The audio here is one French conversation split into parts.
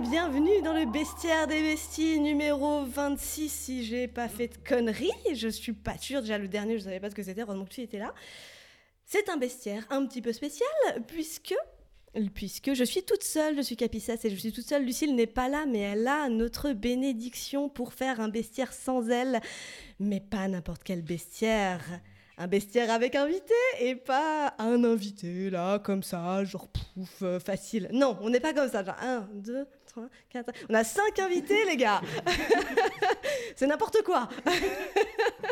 bienvenue dans le bestiaire des besties numéro 26. Si j'ai pas fait de conneries, je suis pas sûre. Déjà, le dernier, je savais pas ce que c'était. Heureusement que tu étais là. C'est un bestiaire un petit peu spécial puisque. Puisque je suis toute seule, je suis Capissas et je suis toute seule. Lucille n'est pas là, mais elle a notre bénédiction pour faire un bestiaire sans elle. Mais pas n'importe quel bestiaire. Un bestiaire avec invité et pas un invité là, comme ça, genre pouf, euh, facile. Non, on n'est pas comme ça. Genre 1, 2, 3, 4. On a 5 invités, les gars C'est n'importe quoi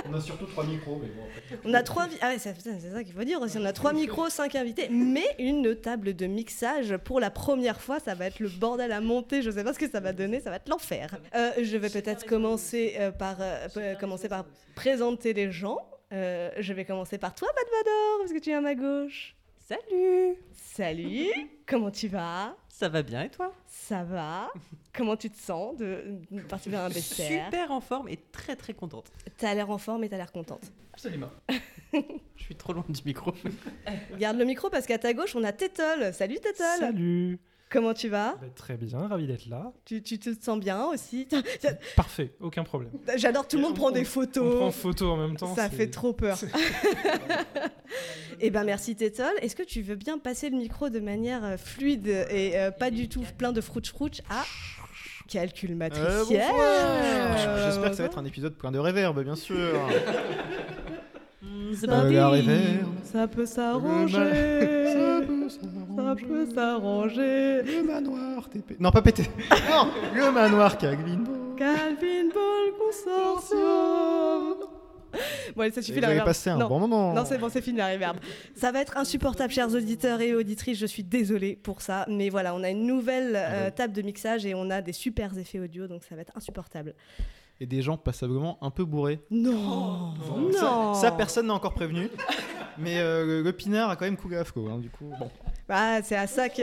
On a surtout trois micros, mais bon. en fait. On a trois invi- Ah ouais, ça- putain, c'est ça qu'il faut dire aussi. On a trois micros, cinq invités, mais une table de mixage pour la première fois. Ça va être le bordel à monter. Je sais pas ce que ça va donner. Ça va être l'enfer. Euh, je vais peut-être commencer euh, par euh, euh, commencer par présenter les gens. Euh, je vais commencer par toi, Badvador, parce que tu es à ma gauche. Salut Salut. Comment tu vas Ça va bien et toi Ça va Comment tu te sens de de participer à un best-seller Super en forme et très très contente. T'as l'air en forme et t'as l'air contente. Absolument. Je suis trop loin du micro. Garde le micro parce qu'à ta gauche on a Tétol. Salut Tétol. Salut Comment tu vas Bah, Très bien, ravi d'être là. Tu, tu te sens bien aussi Tiens, tiens, Parfait, aucun problème. J'adore, tout le monde prend des On prend photos. photo en même temps. Ça c'est- fait trop peur. Eh ben merci Tétol. Est-ce que tu veux bien passer le micro de manière euh, fluide et euh, pas du tout plein de frouch-frouch à calcul Euh, matriciel J- J'espère Euh, que ça va être un épisode plein de réverb, bien sûr. C'est pas pas va la réveille. Ça peut s'arranger. Ça peut s'arranger. Le manoir TP. Non, pas pété. Non, le manoir Caglin. Calvin Ball Consortium. Bon, allez, ça suffit Vous la avez reverb. passé un Non. bon moment. Non, c'est bon, c'est fini la reverb. Ça va être insupportable, chers auditeurs et auditrices. Je suis désolée pour ça. Mais voilà, on a une nouvelle Ah euh, ben. table de mixage et on a des super effets audio, donc ça va être insupportable. Et des gens passablement un peu bourrés. Non Non, Oh, Ça, ça, personne n'a encore prévenu. Mais euh, le, le pinard a quand même coulé à flot, hein, du coup. Bon. Ah, C'est à ça que.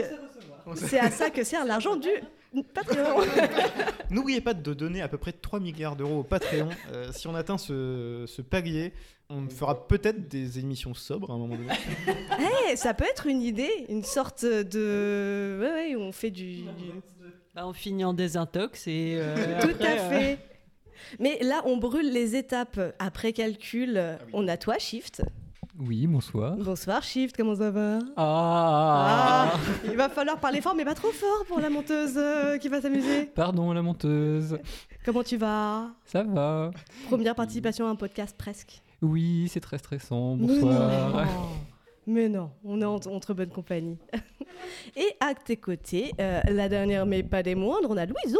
C'est à ça que sert l'argent du Patreon. N'oubliez pas de donner à peu près 3 milliards d'euros au Patreon. Euh, si on atteint ce, ce palier, on fera peut-être des émissions sobres à un moment donné. Eh, ça peut être une idée, une sorte de. Ouais, ouais, où on fait du- du... Bah, on finit en désintox et. euh, Tout après, à euh, fait. Mais là, on brûle les étapes. Après calcul, Ah on a toi, Shift. Oui, Oh. bonsoir. Bonsoir, Shift, comment ça va Ah, Ah, Il va falloir parler fort, mais pas trop fort pour la monteuse euh, qui va s'amuser. Pardon, la monteuse. Comment tu vas Ça va Première participation à un podcast presque. Oui, c'est très stressant. Mais Bonsoir. non. Mais non, on est entre, entre bonne compagnie. Et à tes côtés, euh, la dernière mais pas des moindres, on a Louison.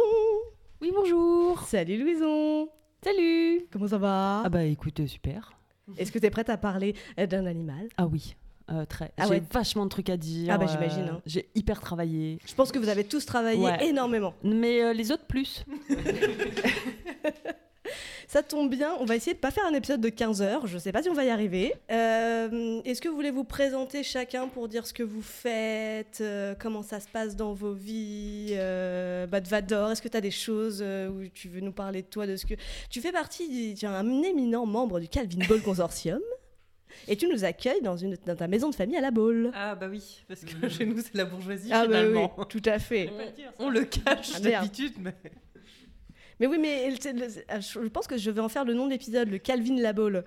Oui, bonjour Salut Louison. Salut Comment ça va Ah bah écoute, euh, super. Est-ce que t'es prête à parler euh, d'un animal Ah oui. euh, très. Ah j'ai ouais. vachement de trucs à dire. Ah bah, j'imagine, euh, hein. J'ai hyper travaillé. Je pense que vous avez tous travaillé Ouais. énormément. Mais euh, les autres plus. Ça tombe bien, on va essayer de pas faire un épisode de 15 heures, je sais pas si on va y arriver. Euh, Est-ce que vous voulez vous présenter chacun pour dire ce que vous faites, euh, comment ça se passe dans vos vies euh, Badvador, est-ce que tu as des choses euh, où tu veux nous parler de toi, de ce que... Tu fais partie, du- tu es un éminent membre du Calvin Ball Consortium. Et tu nous accueilles dans, une, dans ta maison de famille à la Baule. Ah bah oui, parce que chez nous c'est la bourgeoisie bah oui, tout à fait. On le cache Ah, merde. d'habitude, mais. Mais oui, mais le- le- je pense que je vais en faire le nom de l'épisode, le Calvin la Baule.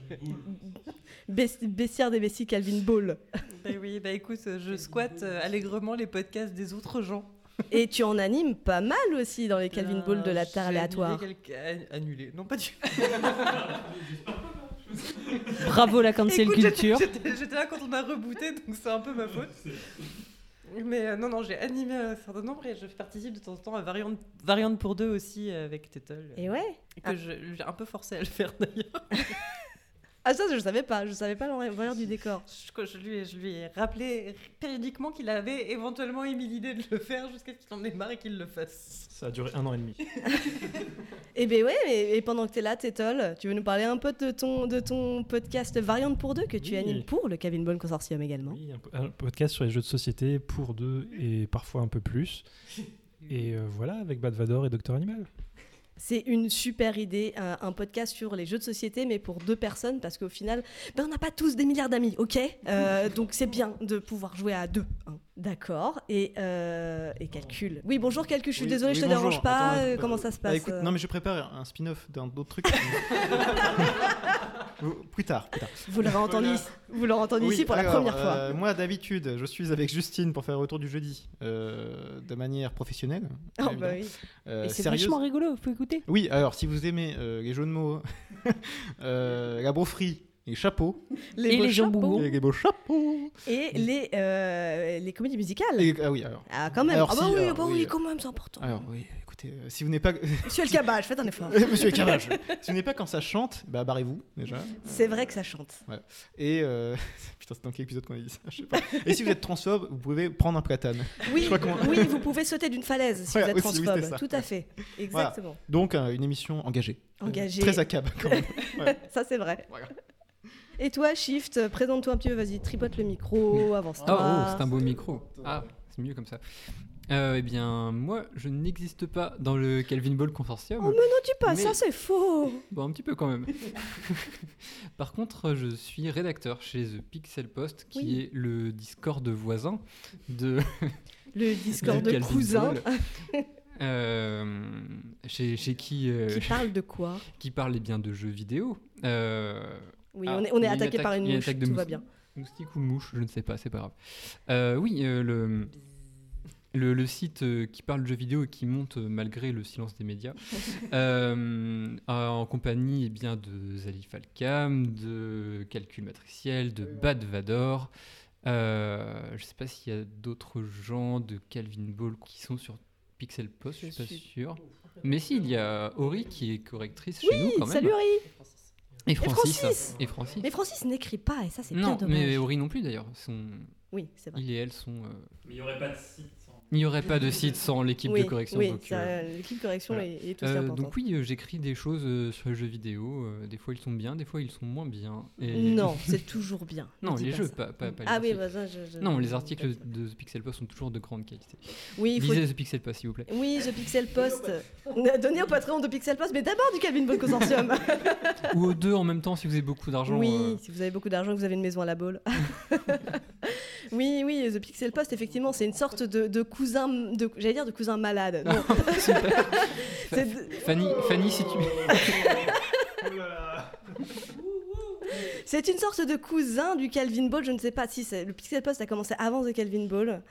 Best- Bestiaire des Besties Calvin Ball. Bah oui, bah écoute, euh, je squatte euh, allègrement les podcasts des autres gens. Et tu en animes pas mal aussi dans les Calvin Plein, Ball de la Euh, j'ai Terre annulé aléatoire. quelques- an- Annulé, non pas du Bravo la cancel culture. J'étais j'étais là quand on m'a rebooté, donc c'est un peu ma faute. Mais euh, non, non, j'ai animé un certain nombre et je participe de temps en temps à Variante, Variante pour deux aussi euh, avec Tettle. Et ouais. Que je- j'ai un peu forcé à le faire d'ailleurs. Ah ça, je savais pas. Je savais pas l'envers du décor. Je, je lui, ai- je lui ai rappelé périodiquement qu'il avait éventuellement émis l'idée de le faire jusqu'à ce qu'il en ait marre et qu'il le fasse. Ça a duré un an et demi. Et ben ouais, et, et pendant que t'es là, Tétol, tu veux nous parler un peu de ton, de ton podcast Variante pour deux que tu Oui. animes pour le Calvin Ball Consortium également. Oui, un, po- un podcast sur les jeux de société pour deux et parfois un peu plus. Et euh, voilà, avec Badvador et Docteur Animal. C'est une super idée, euh, un, un podcast sur les jeux de société, mais pour deux personnes, parce qu'au final, ben, on n'a pas tous des milliards d'amis, ok Euh, Donc c'est bien de pouvoir jouer à deux. hein. D'accord. Et, euh, et calcul. Oui, bonjour, calcul. Je suis Oui, désolée, oui, je te bonjour. dérange pas. Attends, euh, attends, Comment ça se Bah, passe écoute, euh Non, mais je prépare un spin-off d'un autre truc. Vous- plus tard, plus tard. Vous l'aurez entendu, ici- vous l'aurez entendu Oui, ici pour la alors, première fois. euh, moi, d'habitude, je suis avec Justine pour faire le retour du jeudi euh, de manière professionnelle. Oh, évidemment. bah oui. Euh, Et c'est sérieuse. vachement rigolo, vous pouvez écouter. Oui, alors si vous aimez euh, les jeux de mots, euh, la broferie, les chapeaux, Et beaux les jambons. chapeaux. les, les beaux chapeaux. Et les, euh, les comédies musicales. Et- ah oui, alors. Ah, quand même. Alors, ah, bah si, oui, alors, bah oui, oui. Ah. quand même, c'est important. Alors oui, écoutez, euh, si vous n'êtes pas, Monsieur El Cabage, faites un effort. Monsieur Cavage, si vous n'êtes pas quand ça chante, bah barrez-vous déjà. C'est vrai que ça chante. Et euh, putain, c'est dans quel épisode qu'on a dit ça Je sais pas. Et si vous êtes transphobe, vous pouvez prendre un platane. Oui, Je crois qu'on- oui, vous pouvez sauter d'une falaise si Ouais, vous êtes aussi, oui, transphobe. c'était ça. Tout à fait. Exactement. Donc euh, une émission engagée. Euh, Engagée. Très à cab. Quand même. Ça, c'est vrai. Voilà. Et toi, Shift, euh, présente-toi un petit peu. Vas-y, tripote le micro, Oh, avance-toi. oh, c'est un beau micro. Ah, c'est mieux comme ça. Euh, eh bien, moi, je n'existe pas dans le Calvin Ball Consortium. Oh, mais non, dis pas Mais- ça, c'est faux. Bon, un petit peu quand même. Par contre, je suis rédacteur chez The Pixel Post, qui Oui. est le Discord voisin de Le Discord du de Calvin cousin Ah, Ball. Euh, chez, chez qui, euh, qui parle de quoi qui parle eh bien de jeux vidéo. Euh, Oui, Ah, on est, on il y est a une attaqué par attaque- une il y a une mouche, attaque de tout va mousse. bien. Moustique ou mouche, je ne sais pas, c'est pas grave. Euh, oui, euh, le, le, le site euh, qui parle de jeux vidéo et qui monte euh, malgré le silence des médias, euh, en compagnie eh bien, de Zalif Alkam, de Calcul Matriciel, de Bad Vador. Euh, je ne sais pas s'il y a d'autres gens de Calvin Ball qui sont sur Pixel Post, je ne suis pas suis- sûr. Mais si, il y a Ori qui est correctrice chez nous Oui, quand même. salut Ori. Et Francis. Francis Et Francis. Mais Francis n'écrit pas, et ça, c'est bien Non, dommage. mais Ori non plus d'ailleurs. Son... Oui, c'est vrai. Il et elle sont. euh, Mais il n'y aurait pas de site sans. Il n'y aurait pas de site sans l'équipe oui, de correction. oui, donc, ça, euh, l'équipe de correction voilà. est, est tout euh, importante. donc oui, euh, j'écris des choses euh, sur les jeux vidéo. euh, des fois ils sont bien, des fois ils sont moins bien. et- Non, c'est toujours bien. Non, Ne dis les pas jeux, ça. pas, pas, pas les ah oui, articles. bah, ça, je- je- Non, je- les articles de The Pixel Post sont toujours de grande qualité. Oui, il faut... Lisez The Pixel Post, s'il vous plaît. Oui, The Pixel Post. Donné au Patreon de Pixel Post, mais d'abord du Calvin Ball Consortium. Ou aux deux en même temps si vous avez beaucoup d'argent. oui, euh, si vous avez beaucoup d'argent, que vous avez une maison à la boule. oui, oui, The Pixel Post, effectivement, c'est une sorte de, de cousin, de, j'allais dire de cousin malade. Non, super. c'est de- euh, Fanny, Fanny, si Oh. tu. c'est une sorte de cousin du Calvin Ball. Je ne sais pas si c'est- le Pixel Post a commencé avant The Calvin Ball.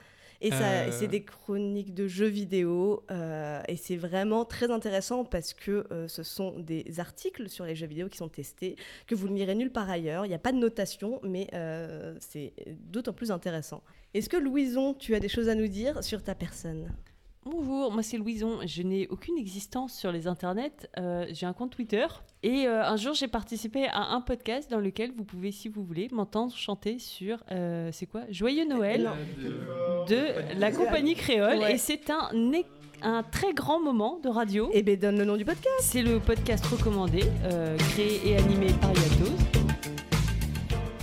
Et ça, Euh. c'est des chroniques de jeux vidéo. euh, et c'est vraiment très intéressant parce que euh, ce sont des articles sur les jeux vidéo qui sont testés, que vous ne lirez nulle part ailleurs. Il n'y a pas de notation, mais euh, c'est d'autant plus intéressant. Est-ce que Louison, tu as des choses à nous dire sur ta personne Bonjour, moi c'est Louison. Je n'ai aucune existence sur les internets. Euh, j'ai un compte Twitter et euh, un jour j'ai participé à un podcast dans lequel vous pouvez, si vous voulez, m'entendre chanter sur euh, c'est quoi Joyeux Noël de la compagnie créole Ouais. et c'est un é- un très grand moment de radio. Eh bien, donne le nom du podcast. C'est le podcast recommandé, euh, créé et animé par Yatos.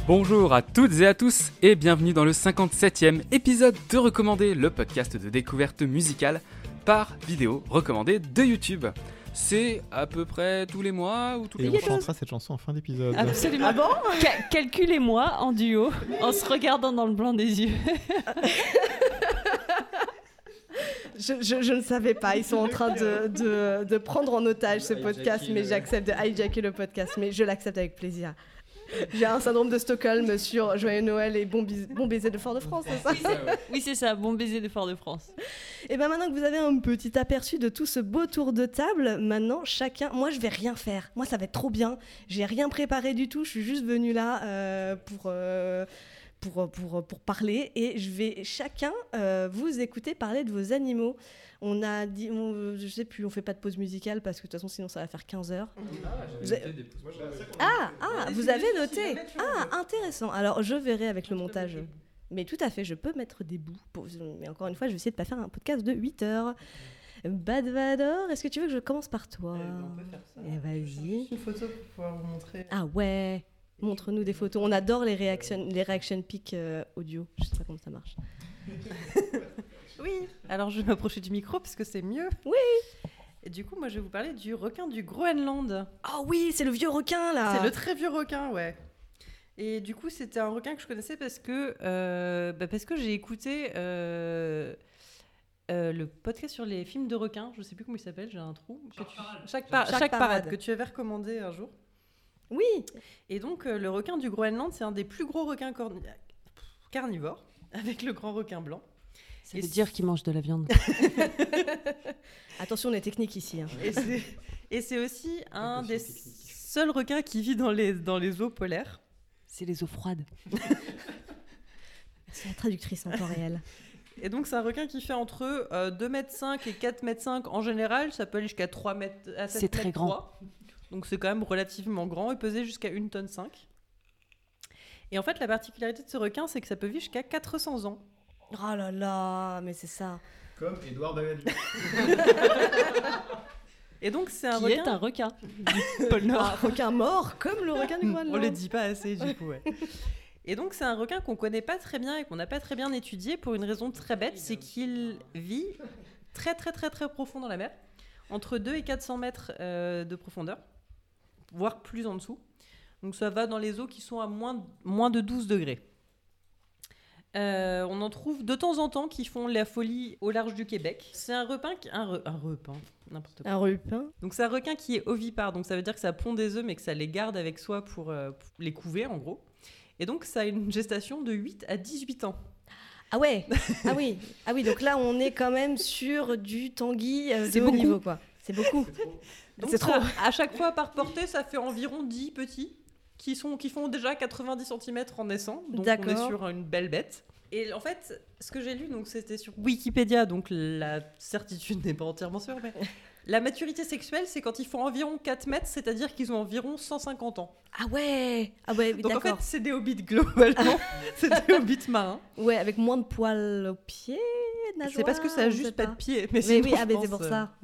Bonjour à toutes et à tous et bienvenue dans le 57e épisode de Recommandé, le podcast de découverte musicale par vidéo recommandée de YouTube. C'est à peu près tous les mois ou tous Et les on mois. chantera cette chanson en fin d'épisode. Ah, bah. Absolument. Ca- Calculez-moi en duo, en se regardant dans le blanc des yeux. Je, je- je ne savais pas. Ils sont en train de, de- de prendre en otage ce podcast, mais j'accepte de hijacker le podcast, mais je l'accepte avec plaisir. J'ai un syndrome de Stockholm sur Joyeux Noël et Bon, bis- Bon Baiser de Fort-de-France, c'est ça Oui, c'est ça, bon baiser de Fort-de-France. Et bien maintenant que vous avez un petit aperçu de tout ce beau tour de table, maintenant chacun. Moi, je vais rien faire. Moi, ça va être trop bien. J'ai rien préparé du tout. Je suis juste venue là euh, pour. euh, Pour, pour, pour parler et je vais chacun euh, vous écouter parler de vos animaux. On a dit, on- je sais plus, on fait pas de pause musicale parce que de toute façon sinon ça va faire 15 heures. Vous avez- Ah, ah, vous avez noté. Ah, intéressant. Alors, je verrai avec le montage. Mais tout à fait, je peux mettre des bouts. pour- Mais encore une fois, je vais essayer de pas faire un podcast de 8 heures. Bad Vador, est-ce que tu veux que je commence par toi ben, on peut faire ça. Eh, vas-y. Une photo pour pouvoir vous montrer. Ah ouais Montre-nous des photos. On adore les reaction, les reaction pics euh, audio. Je sais pas comment ça marche. Oui, alors je vais m'approcher du micro parce que c'est mieux. Oui. Et du coup, moi je vais vous parler du requin du Groenland. Oh oui, Ah c'est le vieux requin là C'est le très vieux requin, ouais. Et du coup, c'était un requin que je connaissais parce que, euh, bah, parce que j'ai écouté euh, euh, le podcast sur les films de requins. Je sais plus comment il s'appelle, j'ai un trou. Que tu- Chaque, par- Chaque chaque parade. parade. que tu avais recommandé un jour. Oui, Et donc, euh, le requin du Groenland, c'est un des plus gros requins corni- carnivores, avec le grand requin blanc. Ça Et veut si- dire qu'il mange de la viande. attention, on est technique ici. hein. Et c'est- Et c'est aussi un Attention, des technique. seuls requins qui vit dans les, dans les eaux polaires. C'est les eaux froides. C'est la traductrice en temps réel. Et donc, c'est un requin qui fait entre euh, 2,5 m et 4,5 m en général. Ça peut aller jusqu'à 3 m. C'est très grand. Donc, c'est quand même relativement grand et pesait jusqu'à 1,5 tonne. Et en fait, la particularité de ce requin, c'est que ça peut vivre jusqu'à 400 ans. Oh là là, mais c'est ça. Comme Edouard Bavel. Et donc, c'est un Qui requin. est un requin. pôle Nord. Un requin mort comme le requin du Ah, Mm, On le Groenland. dit pas assez, du coup, ouais. Et donc, c'est un requin qu'on connaît pas très bien et qu'on n'a pas très bien étudié pour une raison très bête c'est qu'il vit très, très, très, très profond dans la mer, entre 2 et 400 mètres euh, de profondeur, voire plus en dessous. Donc, ça va dans les eaux qui sont à moins, moins de 12 degrés. Euh, on en trouve de temps en temps qui font la folie au large du Québec. C'est un repin, qui- un, re- un repin, n'importe quoi. Un rupin. Donc c'est un requin qui est ovipare, donc ça veut dire que ça pond des œufs mais que ça les garde avec soi pour, euh, pour les couver en gros. Et donc ça a une gestation de 8 à 18 ans. Ah ouais, ah oui, ah oui. Donc là, on est quand même sur du tanguy euh, C'est de haut beaucoup. niveau, quoi. C'est beaucoup. euh, Donc C'est ça, à chaque fois par portée, ça fait environ 10 petits qui, sont, qui font déjà 90 cm en naissant. Donc on est D'accord. sur une belle bête. Et en fait, ce que j'ai lu, donc c'était sur Wikipédia, donc la certitude n'est pas entièrement sûre, mais la maturité sexuelle, c'est quand ils font environ 4 mètres, c'est-à-dire qu'ils ont environ 150 ans. Ah ouais, ah ouais, Donc en d'accord. Ah. fait, c'est des hobbits globalement, c'est des hobbits marins. Ouais, avec moins de poils aux pieds, nageoires. C'est parce que ça a on juste sait pas de pied. Mais, Mais sinon, oui, ah je mais c'est pense, pour euh, ça.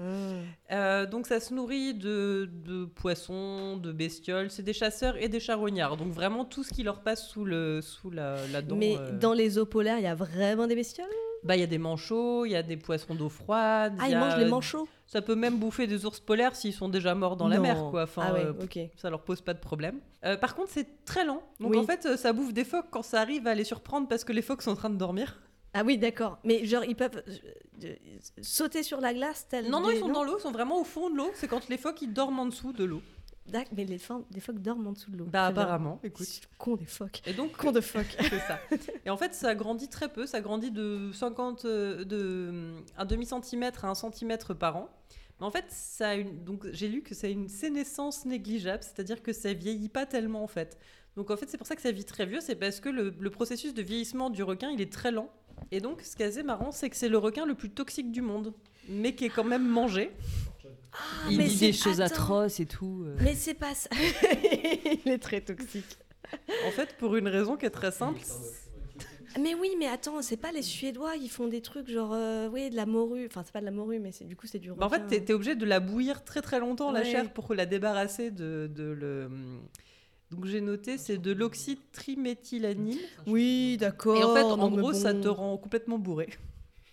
euh, donc ça se nourrit de, de poissons, de bestioles. C'est des chasseurs et des charognards. Donc vraiment tout ce qui leur passe sous, le, sous la, la dent. mais euh, dans les eaux polaires, il y a vraiment des bestioles. bah, il y a des manchots, il y a des poissons d'eau froide. Ah, il y ils a- mangent les manchots. Ça peut même bouffer des ours polaires s'ils sont déjà morts dans la mer. Non. Quoi. Enfin, ah ouais, euh, ok. ça leur pose pas de problème. Euh, par contre, c'est très lent. Donc Oui. en fait, euh, ça bouffe des phoques quand ça arrive à les surprendre parce que les phoques sont en train de dormir. Ah oui, d'accord. Mais genre, ils peuvent euh, euh, sauter sur la glace, tel. Non, non, ils sont dans l'eau, ils sont vraiment au fond de l'eau. C'est quand les phoques ils dorment en dessous de l'eau. D'accord, mais les phoques, les phoques dorment en dessous de l'eau. Bah Très bien. apparemment, Je écoute. suis con des phoques. Et donc Con de phoques. C'est ça. Et en fait, ça grandit très peu. Ça grandit de 50, euh, de un demi centimètre à un centimètre par an. Mais en fait, ça a une, donc j'ai lu que c'est une sénescence négligeable, c'est-à-dire que ça vieillit pas tellement en fait. Donc en fait, c'est pour ça que ça vit très vieux, c'est parce que le, le processus de vieillissement du requin, il est très lent. Et donc, ce qui est assez marrant, c'est que c'est le requin le plus toxique du monde, mais qui est quand même mangé. Ah, Il mais dit c'est- des choses attends, atroces et tout. euh. Mais c'est pas ça. Il est très toxique. En fait, pour une raison qui est très simple. Mais oui, mais attends, c'est pas les Suédois qui font des trucs genre, euh, oui, de la morue. Enfin, c'est pas de la morue, mais c'est du coup, c'est du Bah, en fait, requin. t'es t'es obligé de la bouillir très très longtemps, la euh, Ouais. chair, pour la débarrasser de, de le. Donc j'ai noté, c'est de l'oxyde triméthylanine. Oui, d'accord. Et en fait, en non, mais gros, ça bon. te Euh. rend complètement bourré.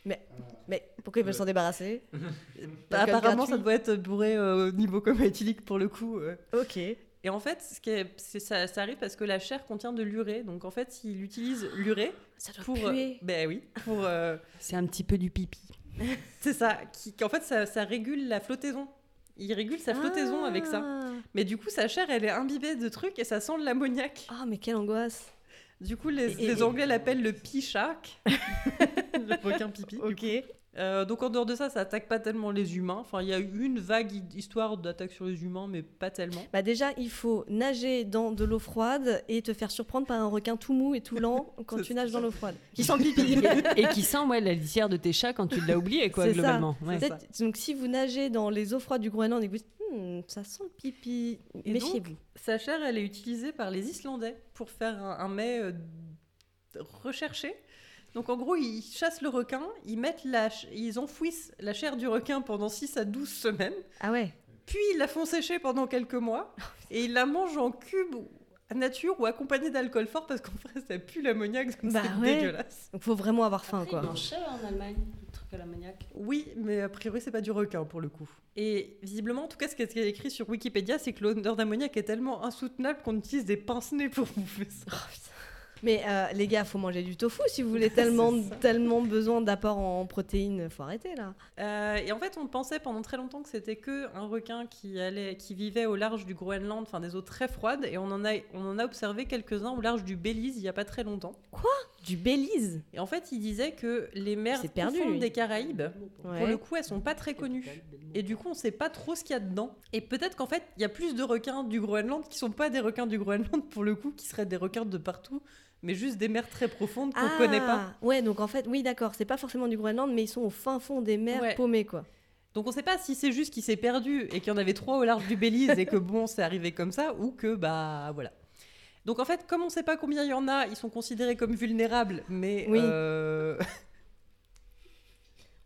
Mais pourquoi ils veulent s'en débarrasser Bah, Alcool apparemment, ça gratuit. doit être bourré euh, au niveau cométhylique pour le coup. euh. Ok. Et en fait, ce qui est, c'est- ça, ça arrive parce que la chair contient de l'urée. Donc en fait, il utilise l'urée Ça doit pour. euh, puer. ben oui, pour. euh, C'est un petit peu du pipi. c'est ça. Qui, qu'en fait, ça, ça régule la flottaison. Il régule sa flottaison avec ça. Ah. Mais du coup, sa chair, elle est imbibée de trucs et ça sent de l'ammoniac. Ah, mais quelle angoisse. Du coup, les, Et- les et- Anglais l'appellent le pea shark, le requin pipi. Ok. Euh, donc en dehors de ça, ça attaque pas tellement les humains. Enfin, il y a eu une vague hi- histoire d'attaque sur les humains, mais pas tellement. Bah déjà, il faut nager dans de l'eau froide et te faire surprendre par un requin tout mou et tout lent quand C'est tu nages dans l'eau froide. Qui sent le pipi. Et qui sent ouais, la litière de tes chats quand tu l'as oublié, quoi, C'est ça. globalement. Ouais. Peut-être- Donc si vous nagez dans les eaux froides du Groenland et que vous dites, Hmm, ça sent le pipi, Et méfiez-vous. Sa chair, elle est utilisée par les Islandais pour faire un, un mets euh, recherché. Donc en gros, ils chassent le requin, ils mettent la, ch- ils enfouissent la chair du requin pendant 6 à 12 semaines, Ah ouais puis ils la font sécher pendant quelques mois et ils la mangent en cube ou- à nature ou accompagnée d'alcool fort parce qu'en vrai ça pue l'ammoniac, donc Bah c'est ouais. dégueulasse. Donc faut vraiment avoir faim quoi. en Allemagne, la maniaque. Oui, mais a priori, c'est pas du requin pour le coup. Et visiblement, en tout cas, ce qui est ce qui est écrit sur Wikipédia, c'est que l'odeur d'ammoniaque est tellement insoutenable qu'on utilise des pince-nez pour bouffer ça. Mais euh, les gars, faut manger du tofu si vous voulez tellement, C'est ça. tellement besoin d'apport en protéines. Faut arrêter là. Euh, et en fait, on pensait pendant très longtemps que c'était que un requin qui allait, qui vivait au large du Groenland, enfin des eaux très froides. Et on en a, on en a observé quelques-uns au large du Belize il y a pas très longtemps. Du Belize. Et en fait, il disait que les mers C'est perdu, profondes lui. des Caraïbes, pour Ouais. le coup, elles sont pas très connues. Et du coup, on sait pas trop ce qu'il y a dedans. Et peut-être qu'en fait, il y a plus de requins du Groenland qui sont pas des requins du Groenland pour le coup, qui seraient des requins de partout, mais juste des mers très profondes qu'on Ah, connaît pas. Ouais, donc en fait, oui, d'accord, c'est pas forcément du Groenland, mais ils sont au fin fond des mers Ouais. paumées, quoi. Donc on sait pas si c'est juste qu'il s'est perdu et qu'il y en avait trois au large du Belize et que bon, c'est arrivé comme ça ou que bah voilà. Donc en fait, comme on sait pas combien il y en a, ils sont considérés comme vulnérables, mais Oui. euh,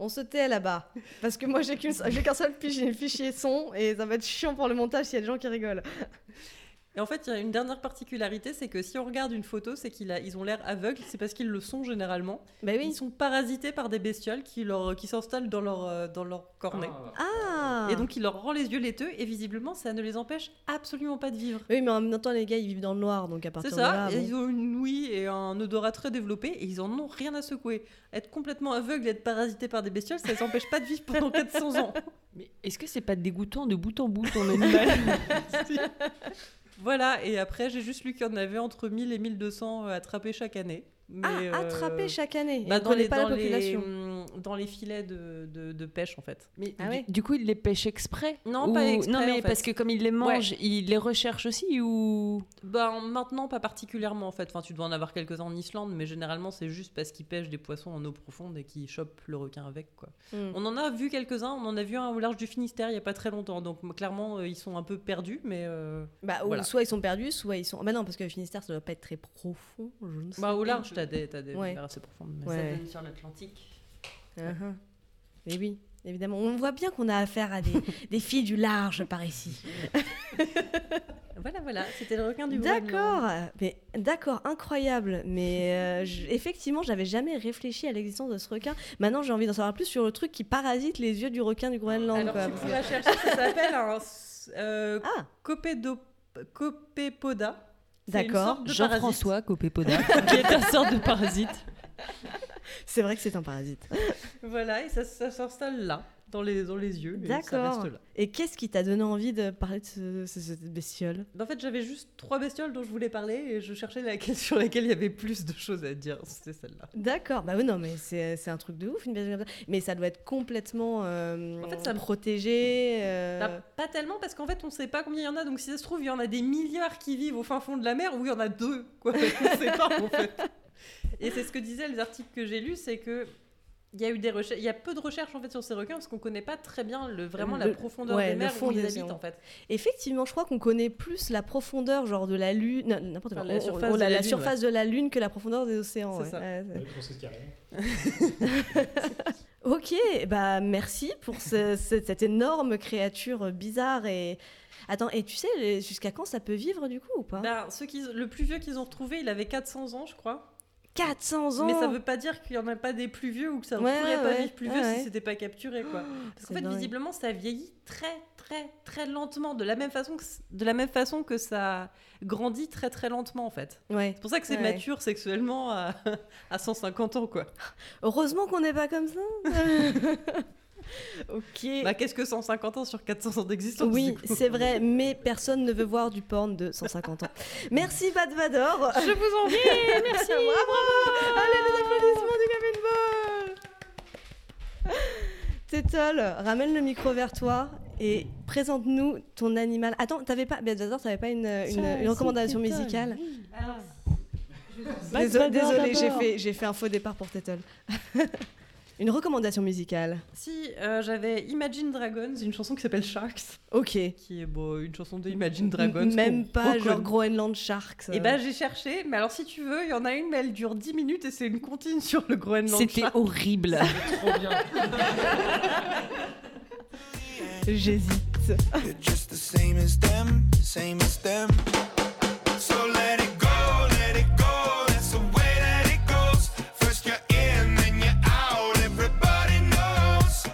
On se tait là-bas. Parce que moi, j'ai qu'une- j'ai qu'un seul fichier, fichier son, et ça va être chiant pour le montage s'il y a des gens qui rigolent. et en fait, il y a une dernière particularité, c'est que si on regarde une photo, c'est qu'ils ils ont l'air aveugles, c'est parce qu'ils le sont généralement. Bah Ils oui. sont parasités par des bestioles qui leur qui s'installent dans leur euh, dans leur cornet. Ah Et donc il leur rend les yeux laiteux et visiblement ça ne les empêche absolument pas de vivre. Oui, mais en même temps, les gars, ils vivent dans le noir, donc à C'est partir de ça, là. et bon. ils ont une ouïe et un odorat très développé et ils en ont rien à secouer. Être complètement aveugle et être parasité par des bestioles, ça les empêche pas de vivre pendant 400 ans. Mais est-ce que c'est pas dégoûtant de bout en bout ton animal Voilà, et après j'ai juste lu qu'il y en avait entre 1000 et 1200 euh, attrapés chaque année. Mais, Ah, euh, attrapés chaque année. bah, et on connaît pas dans la population. hum, dans les filets de, de- de pêche en fait. Mais Ah ouais Du coup, il les pêche exprès Non, pas exprès, Non, mais en fait. parce que comme il les mange, il les recherche aussi ou bah, maintenant pas particulièrement en fait. Enfin, tu dois en avoir quelques-uns en Islande, mais généralement c'est juste parce qu'ils pêchent des poissons en eau profonde et qu'ils chopent le requin avec quoi. Hmm. On en a vu quelques-uns, on en a vu un au large du Finistère il n'y a pas très longtemps, donc m- clairement euh, ils sont un peu perdus, mais euh, Bah, ou Voilà. soit ils sont perdus, soit ils sont. Bah non, parce que le Finistère, ça doit pas être très profond, je ne sais bah, au large t'as des, t'as des Ouais. mers assez profondes. mais- Ouais. sur l'Atlantique. Uh-huh. Mais oui, évidemment. On voit bien qu'on a affaire à des, des filles du large par ici. Voilà, voilà, c'était le requin du Groenland. D'accord, mais d'accord, incroyable. Mais euh, je- effectivement, j'avais jamais réfléchi à l'existence de ce requin. Maintenant, j'ai envie d'en savoir plus sur le truc qui parasite les yeux du requin du Groenland. Alors quoi, tu parce que- pourras chercher, ça s'appelle un s- euh, euh, Ah, copédo- copépoda. C'est une d'accord. sorte de Jean-François Copépoda, qui est un sorte de parasite. C'est vrai que c'est un parasite. parasite. Voilà, et ça, ça s'installe là, dans les, dans les yeux. et Ça D'accord. reste là. Et qu'est-ce qui t'a donné envie de parler de ce, ce- cette bestiole En fait, j'avais juste trois bestioles dont je voulais parler et je cherchais laquelle sur laquelle il y avait plus de choses à dire. C'était celle-là. D'accord, bah oui, non, mais c'est c'est un truc de ouf, une bestiole comme ça. Mais ça doit être complètement euh, En fait, ça me- protégé. euh, Bah, Pas tellement parce qu'en fait on sait pas combien il y en a donc si ça se trouve il y en a des milliards qui vivent au fin fond de la mer ou il y en a deux quoi on sait pas en fait et c'est ce que disaient les articles que j'ai lus c'est que il y a eu des recherches il y a peu de recherches en fait sur ces requins parce qu'on connaît pas très bien le, vraiment la Le- profondeur ouais, des le mers fond où ils des habitent océans. en fait Effectivement, je crois qu'on connaît plus la profondeur genre de la lune, non, n'importe Enfin, quoi. la On- on- surface on a de la la, Lune, surface de la lune que la profondeur des océans. C'est ouais. ça. Ouais, Ouais, pour ce qu'il y a rien. c'est- ok, bah merci pour ce- ce- cette énorme créature bizarre et attends et tu sais les- jusqu'à quand ça peut vivre du coup ou pas Ben, ceux qui, le plus vieux qu'ils ont retrouvé il avait 400 ans je crois 400 ans. mais ça veut pas dire qu'il y en a pas des plus vieux ou que ça ne Oh. Ouais, pourrait pas ouais, vivre plus ouais, vieux ouais. Oh, si c'était pas capturé quoi Parce C'est qu'en fait, dingue. visiblement, ça vieillit très, très, très lentement, de la même façon que, de la même façon que ça grandit très, très lentement, en fait. Ouais. C'est pour ça que c'est Ouais. mature sexuellement à, à 150 ans, quoi. Heureusement qu'on n'est pas comme ça. ok. Bah, qu'est-ce que 150 ans sur 400 ans d'existence oui, du coup c'est vrai, mais personne ne veut voir du porn de 150 ans. Merci Bad Vador. Je vous en prie Merci, bravo Allez, les applaudissements du Game Ball Tétol, ramène le micro vers toi et présente-nous ton animal. Attends, t'avais pas, ben, d'abord, t'avais pas une, une, une recommandation musicale Bad Désolée, Vador j'ai d'abord. fait, j'ai fait un faux départ pour Tétol. une recommandation musicale. Si, euh, j'avais Imagine Dragons, une chanson qui s'appelle Sharks, Ok. qui est bon, Euh, une chanson de Imagine Dragons. Même qu'on pas genre euh. reconnaît. Groenland Sharks. Eh ben, j'ai cherché, mais alors si tu veux, il y en a une, mais elle dure 10 minutes et c'est une contine sur le Groenland. C'était horrible. Trop bien. J'hésite. You're just the same as them, same as them. So let it go, let it go. That's the way that it goes. First you're in, then you're out. Everybody knows.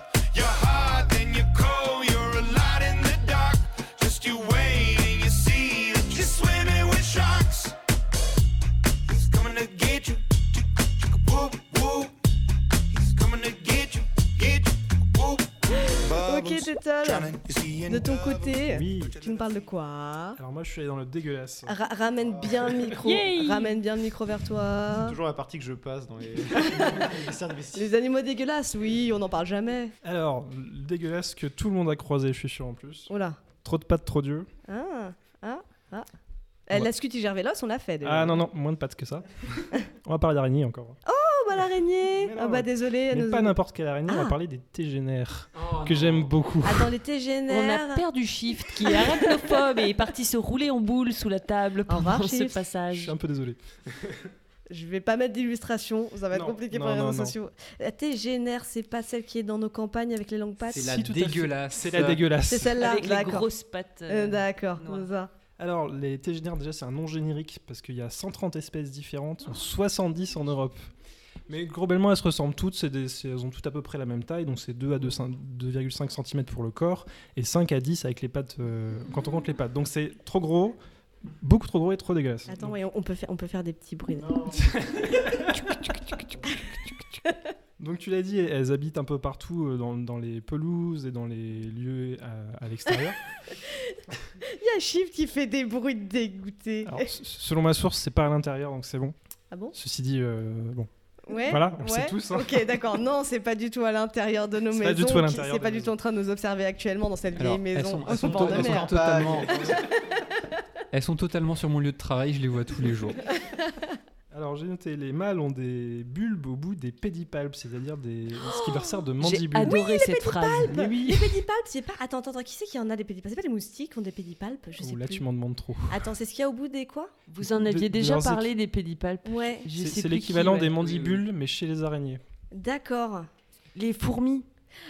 De ton côté, Oui. tu nous parles de quoi Alors moi, je suis allé dans le dégueulasse. Ra- Ramène bien le micro. Yay ramène bien le micro vers toi. Toujours la partie que je passe dans les, les services. Les animaux dégueulasses, oui, on n'en parle jamais. Alors, le dégueulasse que tout le monde a croisé, je suis sûr en plus. Oh là. Trop de pâtes, trop d'yeux. Ah, ah, ah. Ouais. Euh, La scuti gervélos, on l'a fait. déjà. Ah non, non, moins de pâtes que ça. On va parler d'araignée encore. Oh bah l'araignée. Mais non. Ah bah désolé. Mais nos- pas n'importe quelle araignée, on Ah. va parler des tégénères, que j'aime beaucoup. Attends, les On TGNR. a perdu Shift qui est arachnophobes et est parti se rouler en boule sous la table Au revoir, pendant ce Shift. Je suis passage. un peu désolé. Je vais pas mettre d'illustration, ça va être Non, compliqué non, pour les non, réseaux non. sociaux. La TGNR, c'est pas celle qui est dans nos campagnes avec les longues pattes C'est la Si, tout à fait. dégueulasse. C'est la dégueulasse. C'est celle-là, Avec les d'accord. grosses pattes. Euh, euh, bah, D'accord, noires. c'est ça. Alors, les tégénères, déjà, c'est un nom générique parce qu'il y a 130 espèces différentes, dont 70 en Europe. Mais globalement, elles se ressemblent toutes, c'est des- c'est- elles ont toutes à peu près la même taille, donc c'est 2 à 2 cin- 2,5 cm pour le corps et 5 à 10 avec les pattes, euh, quand on compte les pattes. Donc c'est trop gros, beaucoup trop gros et trop dégueulasse. Attends, Donc, voyons, on peut faire, on peut faire des petits bruits. Donc tu l'as dit, elles habitent un peu partout euh, dans, dans les pelouses et dans les lieux à, à l'extérieur. Il y a Shiv qui fait des bruits dégoûtés. Alors, s- selon ma source, c'est pas à l'intérieur, donc c'est bon. Ah bon Ceci dit, euh, bon, Ouais. voilà, on le ouais. sait tous. hein. Ok, d'accord. Non, c'est pas du tout à l'intérieur de nos C'est maisons. pas du tout à qui- l'intérieur C'est des pas du maisons. tout en train de nous observer actuellement dans cette Alors, vieille elles maison. sont, Oh, elles sont bord to- de elles sont mer. totalement, elles sont totalement sur mon lieu de travail, je les vois tous les jours. Alors j'ai noté, les mâles ont des bulbes au bout des pédipalpes, c'est-à-dire des... ce qui leur sert de Oh J'ai mandibule. adoré cette phrase. Mais oui. Les pédipalpes, c'est pas. Attends, attends, attends, qui c'est qui en a des pédipalpes C'est pas les moustiques qui ont des pédipalpes Je sais Oh, là plus. tu m'en demandes trop. Attends, c'est ce qu'il y a au bout des quoi Vous en De- aviez de déjà leurs parlé des pédipalpes. Ouais, Je C'est sais c'est plus qui, l'équivalent ouais. des mandibules, mais chez les araignées. d'accord. Les fourmis.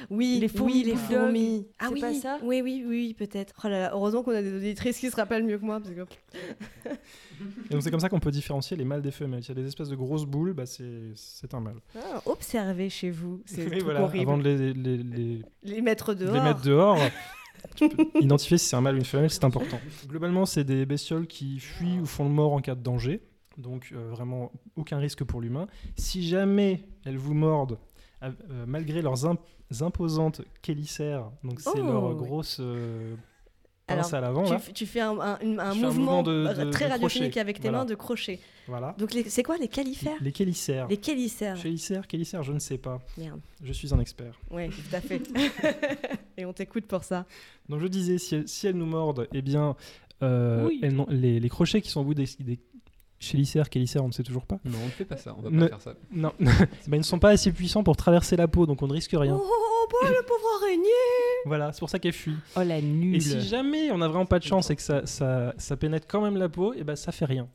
Oui, Les fourmis, oui, les les bulldogs, fourmis. Ah c'est oui, pas ça oui, oui, oui, oui, peut-être. Oh là là, heureusement qu'on a des auditrices qui se rappellent mieux que moi. Parce que... Et donc c'est comme ça qu'on peut différencier les mâles des femelles. S'il y a des espèces de grosses boules, bah, c'est c'est un mâle. Ah, observez chez vous, c'est Mais truc voilà, horrible. avant de les, les- les- Les mettre de dehors. les mettre dehors, tu peux identifier si c'est un mâle ou une femelle, c'est important. Globalement, c'est des bestioles qui fuient ou font le mort en cas de danger, donc euh, vraiment aucun risque pour l'humain. Si jamais elles vous mordent, euh, euh, malgré leurs imp- imposantes chélicères, donc c'est Oh, leur oui. grosse euh, Alors, pince à l'avant, là. Tu, tu fais un, un- une- un Je hein. fais un mouvement, euh, mouvement de- de- très de radiophonique crochet. avec tes Voilà. mains de crochet. voilà. Donc les- c'est quoi les califères Les chélicères. Les califères. Chélicères, chélicères, je ne sais pas. Merde. Je suis un expert. Ouais, tout à fait. Et on t'écoute pour ça. Donc je disais, si elles, si elles nous mordent, eh bien, euh, Oui. elles n'ont- les, les crochets qui sont au bout des, des chélicères, chélicères, on ne sait toujours pas. Non, on ne fait pas ça, on va Ne- pas faire ça. Non, Bah, ils ne sont pas assez puissants pour traverser la peau, donc on ne risque rien. Oh, oh, oh, bah, le pauvre araignée Voilà, c'est pour ça qu'elles fuient. Oh la Et nulle. si jamais on n'a vraiment pas de chance et que ça, ça, ça pénètre quand même la peau, et ben ça fait rien.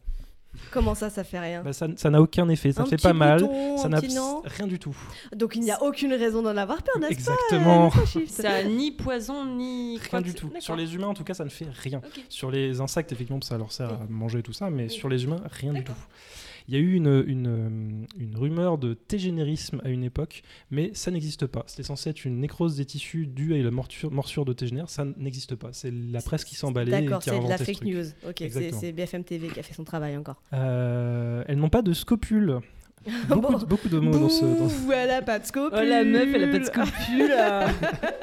Comment ça, ça fait rien Bah, ça ça n'a aucun effet, ça Un ne fait petit pas mal, bouton, ça un n'a petit non. rien du tout. Donc il n'y a aucune raison d'en avoir peur, n'est-ce pas Exactement. euh, Natasha Swift Ça a Ah, ni poison ni Rien quoi que du ce- tout. D'accord. Sur les humains, en tout cas, ça ne fait rien. Ok. Sur les insectes, effectivement, ça leur sert à manger tout ça, mais sur les humains, rien du tout. D'accord. Il y a eu une, une, euh, une rumeur de tégénérisme à une époque, mais ça n'existe pas. C'était censé être une nécrose des tissus due à la morsure, morsure de tégénère, ça n'existe pas. C'est la presse qui s'est emballée et D'accord, qui a c'est de inventé la ce fake truc. news. Ok, c'est- Exactement. c'est BFM TV qui a fait son travail encore. Euh, elles n'ont pas de scopule. Beaucoup, Bon. de, beaucoup de mots dans ce... dans ce- Bouh, elle a pas de scopule Oh la meuf, elle a pas de scopule.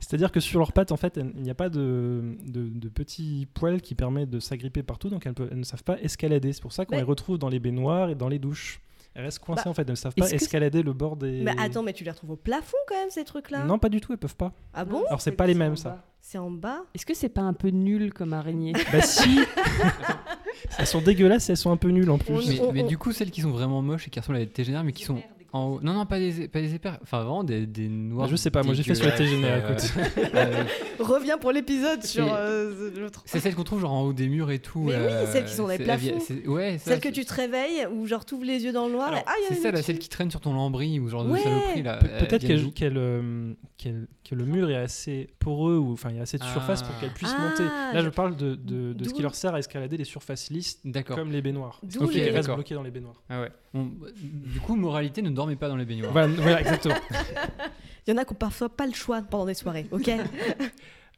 C'est-à-dire que sur leurs pattes, en fait, elles- il n'y a pas de, de, de petits poils qui permettent de s'agripper partout, donc elles, peuvent- elles ne savent pas escalader. C'est pour ça qu'on Mais- les retrouve dans les baignoires et dans les douches. Elles restent coincées, en fait, elles ne savent Bah, est-ce pas que- escalader le bord des... Mais attends, mais tu les retrouves au plafond quand même, ces trucs-là Non, pas du tout, elles peuvent pas. Ah bon Alors, c'est pas les mêmes, ça. C'est en bas Est-ce que c'est pas un peu nul comme araignée Bah si Elles sont dégueulasses, elles sont un peu nulles en plus. On- Mais, on- mais on- du coup, celles qui sont vraiment moches et qui ressemblent à des tégénères, mais qui sont en haut. Non, non, pas des, pas des épères. Enfin, vraiment des, des noirs. Bah, je sais pas, moi, j'ai fait sur les dégueulasses, tégénères, euh, euh, Reviens pour l'épisode sur Et- euh, le truc. c'est celles qu'on trouve genre en haut des murs et tout. Mais oui, euh, celles qui sont dans les c'est la vie- plafonds. c'est- Ouais, ça, Celle que c'est- tu te réveilles ou genre t'ouvres les yeux dans le noir Alors, et ah, il y a c'est une ça, là, dessus. celle qui traîne sur ton lambris ou genre Ouais. de saloperie là. Pe- euh, Peut-être viennent qu'elle- d'où qu'elle, euh, qu'elle- que le mur est assez poreux ou enfin il y a assez de surface pour Ah. qu'elles puissent Ah, monter. Là, je je- parle de, de- de ce D'où- qui leur sert à escalader les surfaces lisses, D'accord. comme les baignoires. D'où Donc les- elles restent d'accord. bloquées dans les baignoires. Ah ouais. Bon, bah, du coup, moralité, ne dormez pas dans les baignoires. Voilà, voilà, exactement. Il y en a qui ont parfois pas le choix pendant des soirées, ok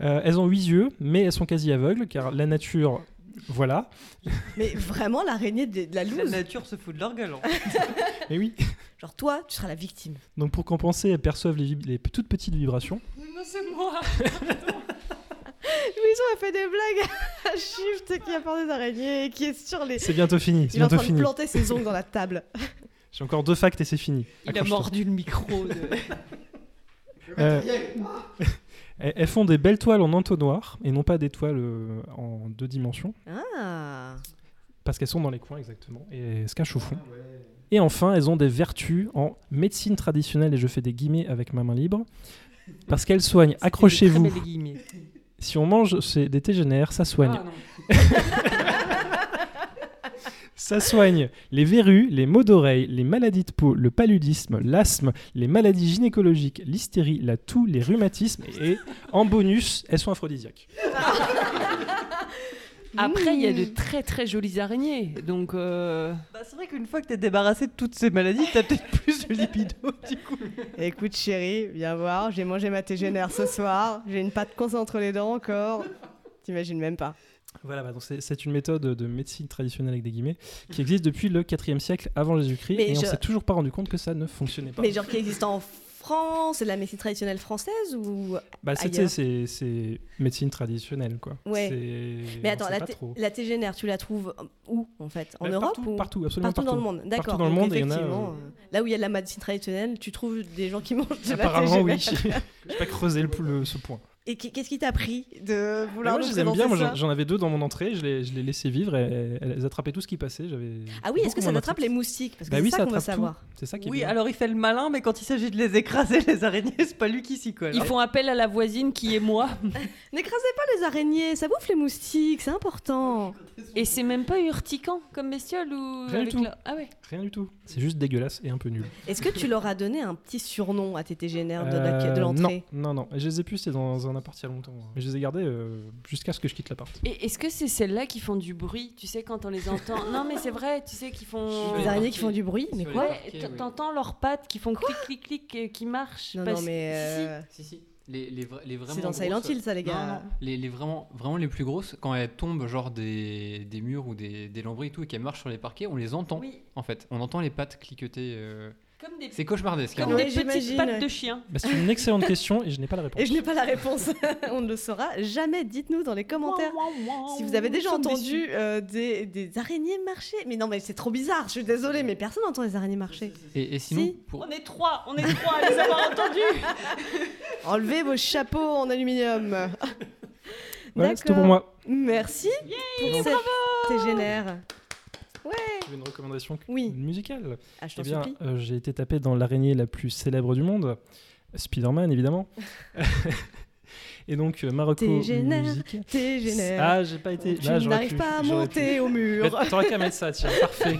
Euh, elles ont huit yeux, mais elles sont quasi aveugles car la nature, voilà. Mais vraiment l'araignée de, de la La loose. nature se fout de leur gueule. hein. Mais oui. Genre toi, tu seras la victime. Donc pour compenser, elles perçoivent les, vib- les toutes petites vibrations. non, c'est moi. Louison a fait des blagues à Shift qui a peur des araignées et qui est sur les. C'est bientôt fini. C'est Il est en bientôt train de fini. planter ses ongles dans la table. J'ai encore deux facts et c'est fini. Il a Accroche-toi. mordu le micro. de- Euh, Elles elles font des belles toiles en entonnoir et non pas des toiles euh, en deux dimensions Ah parce qu'elles sont dans les coins exactement et elles se cachent au fond. Et enfin, elles ont des vertus en médecine traditionnelle et je fais des guillemets avec ma main libre parce qu'elles soignent. C'était des Accrochez-vous. très belles guillemets. Si on mange c'est des tégénères, ça soigne. Ah, non. Ça soigne les verrues, les maux d'oreille, les maladies de peau, le paludisme, l'asthme, les maladies gynécologiques, l'hystérie, la toux, les rhumatismes et en bonus, elles sont aphrodisiaques. Après, il y a Mmh. de très très jolies araignées. Donc, euh, Bah, c'est vrai qu'une fois que t'es débarrassé de toutes ces maladies, t'as peut-être plus de libido du coup. Écoute chérie, viens voir, j'ai mangé ma tégénère ce soir, j'ai une pâte coincée entre les dents encore. T'imagines même pas. Voilà, bah, donc c'est- c'est une méthode de médecine traditionnelle avec des guillemets qui existe depuis le 4e siècle avant Jésus-Christ Mais et on je- s'est toujours pas rendu compte que ça ne fonctionnait pas. Mais genre qui existe en France, c'est de la médecine traditionnelle française ou. Bah, c'est- ailleurs. c'est c'est médecine traditionnelle quoi. hein. Ouais. C'est- Mais on attends, sait la, pas té- trop. la tégénère, tu la trouves où en fait En Bah, Europe partout, ou partout, absolument Partout partout. dans le monde, d'accord. Partout dans le donc monde, et il y en a, effectivement, euh, Là où il y a de la médecine traditionnelle, tu trouves des gens qui mangent de la Apparemment oui. tégénère. J'ai pas creusé le, le- ce point. Et qui- qu'est-ce qui t'a pris de Mais vouloir moi, nous je les aime bien. présenter Moi, ça j'en- j'en avais deux dans mon entrée. Je les, je les laissais vivre. Et, elles attrapaient tout ce qui passait. J'avais. Ah oui, est-ce que beaucoup ça moins t'attrape les moustiques Parce que Bah c'est oui, ça, ça qu'on va attrape tout. savoir. C'est ça qui. est Oui, bien. alors il fait le malin, mais quand il s'agit de les écraser, les araignées, c'est pas lui qui s'y colle. ils font appel à la voisine qui est moi. N'écrasez pas les araignées, ça bouffe les moustiques, c'est important. Et c'est même pas urticant comme bestiole ou. Rien du avec tout. la- Ah ouais. Rien du tout. C'est juste dégueulasse et un peu nul. Est-ce que tu leur as donné un petit surnom à tes TGNR de, la- Euh, de l'entrée Non, non, non. Je les ai plus. C'était dans un appart il y a longtemps. Mais je les ai gardés euh, jusqu'à ce que je quitte l'appart. Et est-ce que c'est celles-là qui font du bruit Tu sais, quand on les entend. non, mais c'est vrai, tu sais, qui font. Les araignées qui font du bruit, mais Sur les quoi Ouais, parquets, t- oui. t'entends leurs pattes qui font clic clic clic euh, qui marchent. Non, non, parce- mais Si, si. euh, Si, si. Les, les, vra- les vraiment c'est dans grosses- Silent Hill, ça, les Non, gars. non, Les, les vraiment, vraiment les plus grosses, quand elles tombent genre des, des murs ou des, des lambris et tout, et qu'elles marchent sur les parquets, on les entend Oui, en fait. On entend les pattes cliqueter. euh, comme des, C'est cauchemardesque. hein. comme Ouais, des petites j'imagine, pattes ouais. de chien. Bah, c'est une excellente question et je n'ai pas la réponse. Et je n'ai pas la réponse, on ne le saura jamais. Dites-nous dans les commentaires si vous avez déjà entendu euh, des, des araignées marcher. Mais non, mais c'est trop bizarre, je suis désolée, mais personne n'entend les araignées marcher. Et, et sinon, Si. pour- On est trois, on est trois à les avoir entendus. Enlevez vos chapeaux en aluminium. Voilà, c'est tout pour D'accord. moi. Merci pour cette TGNR. J'ai une recommandation Oui. musicale. Ah, je Eh t'en bien, supplie. euh, j'ai été tapé dans l'araignée la plus célèbre du monde, Spider-Man évidemment. et donc euh, Marocco Dégénère, musique. TGNR. Ah, j'ai pas été. Tu Là, j'aurais n'arrives pu, pas à j'aurais pu. monter au Mais mur. T'aurais qu'à mettre ça, tiens, parfait.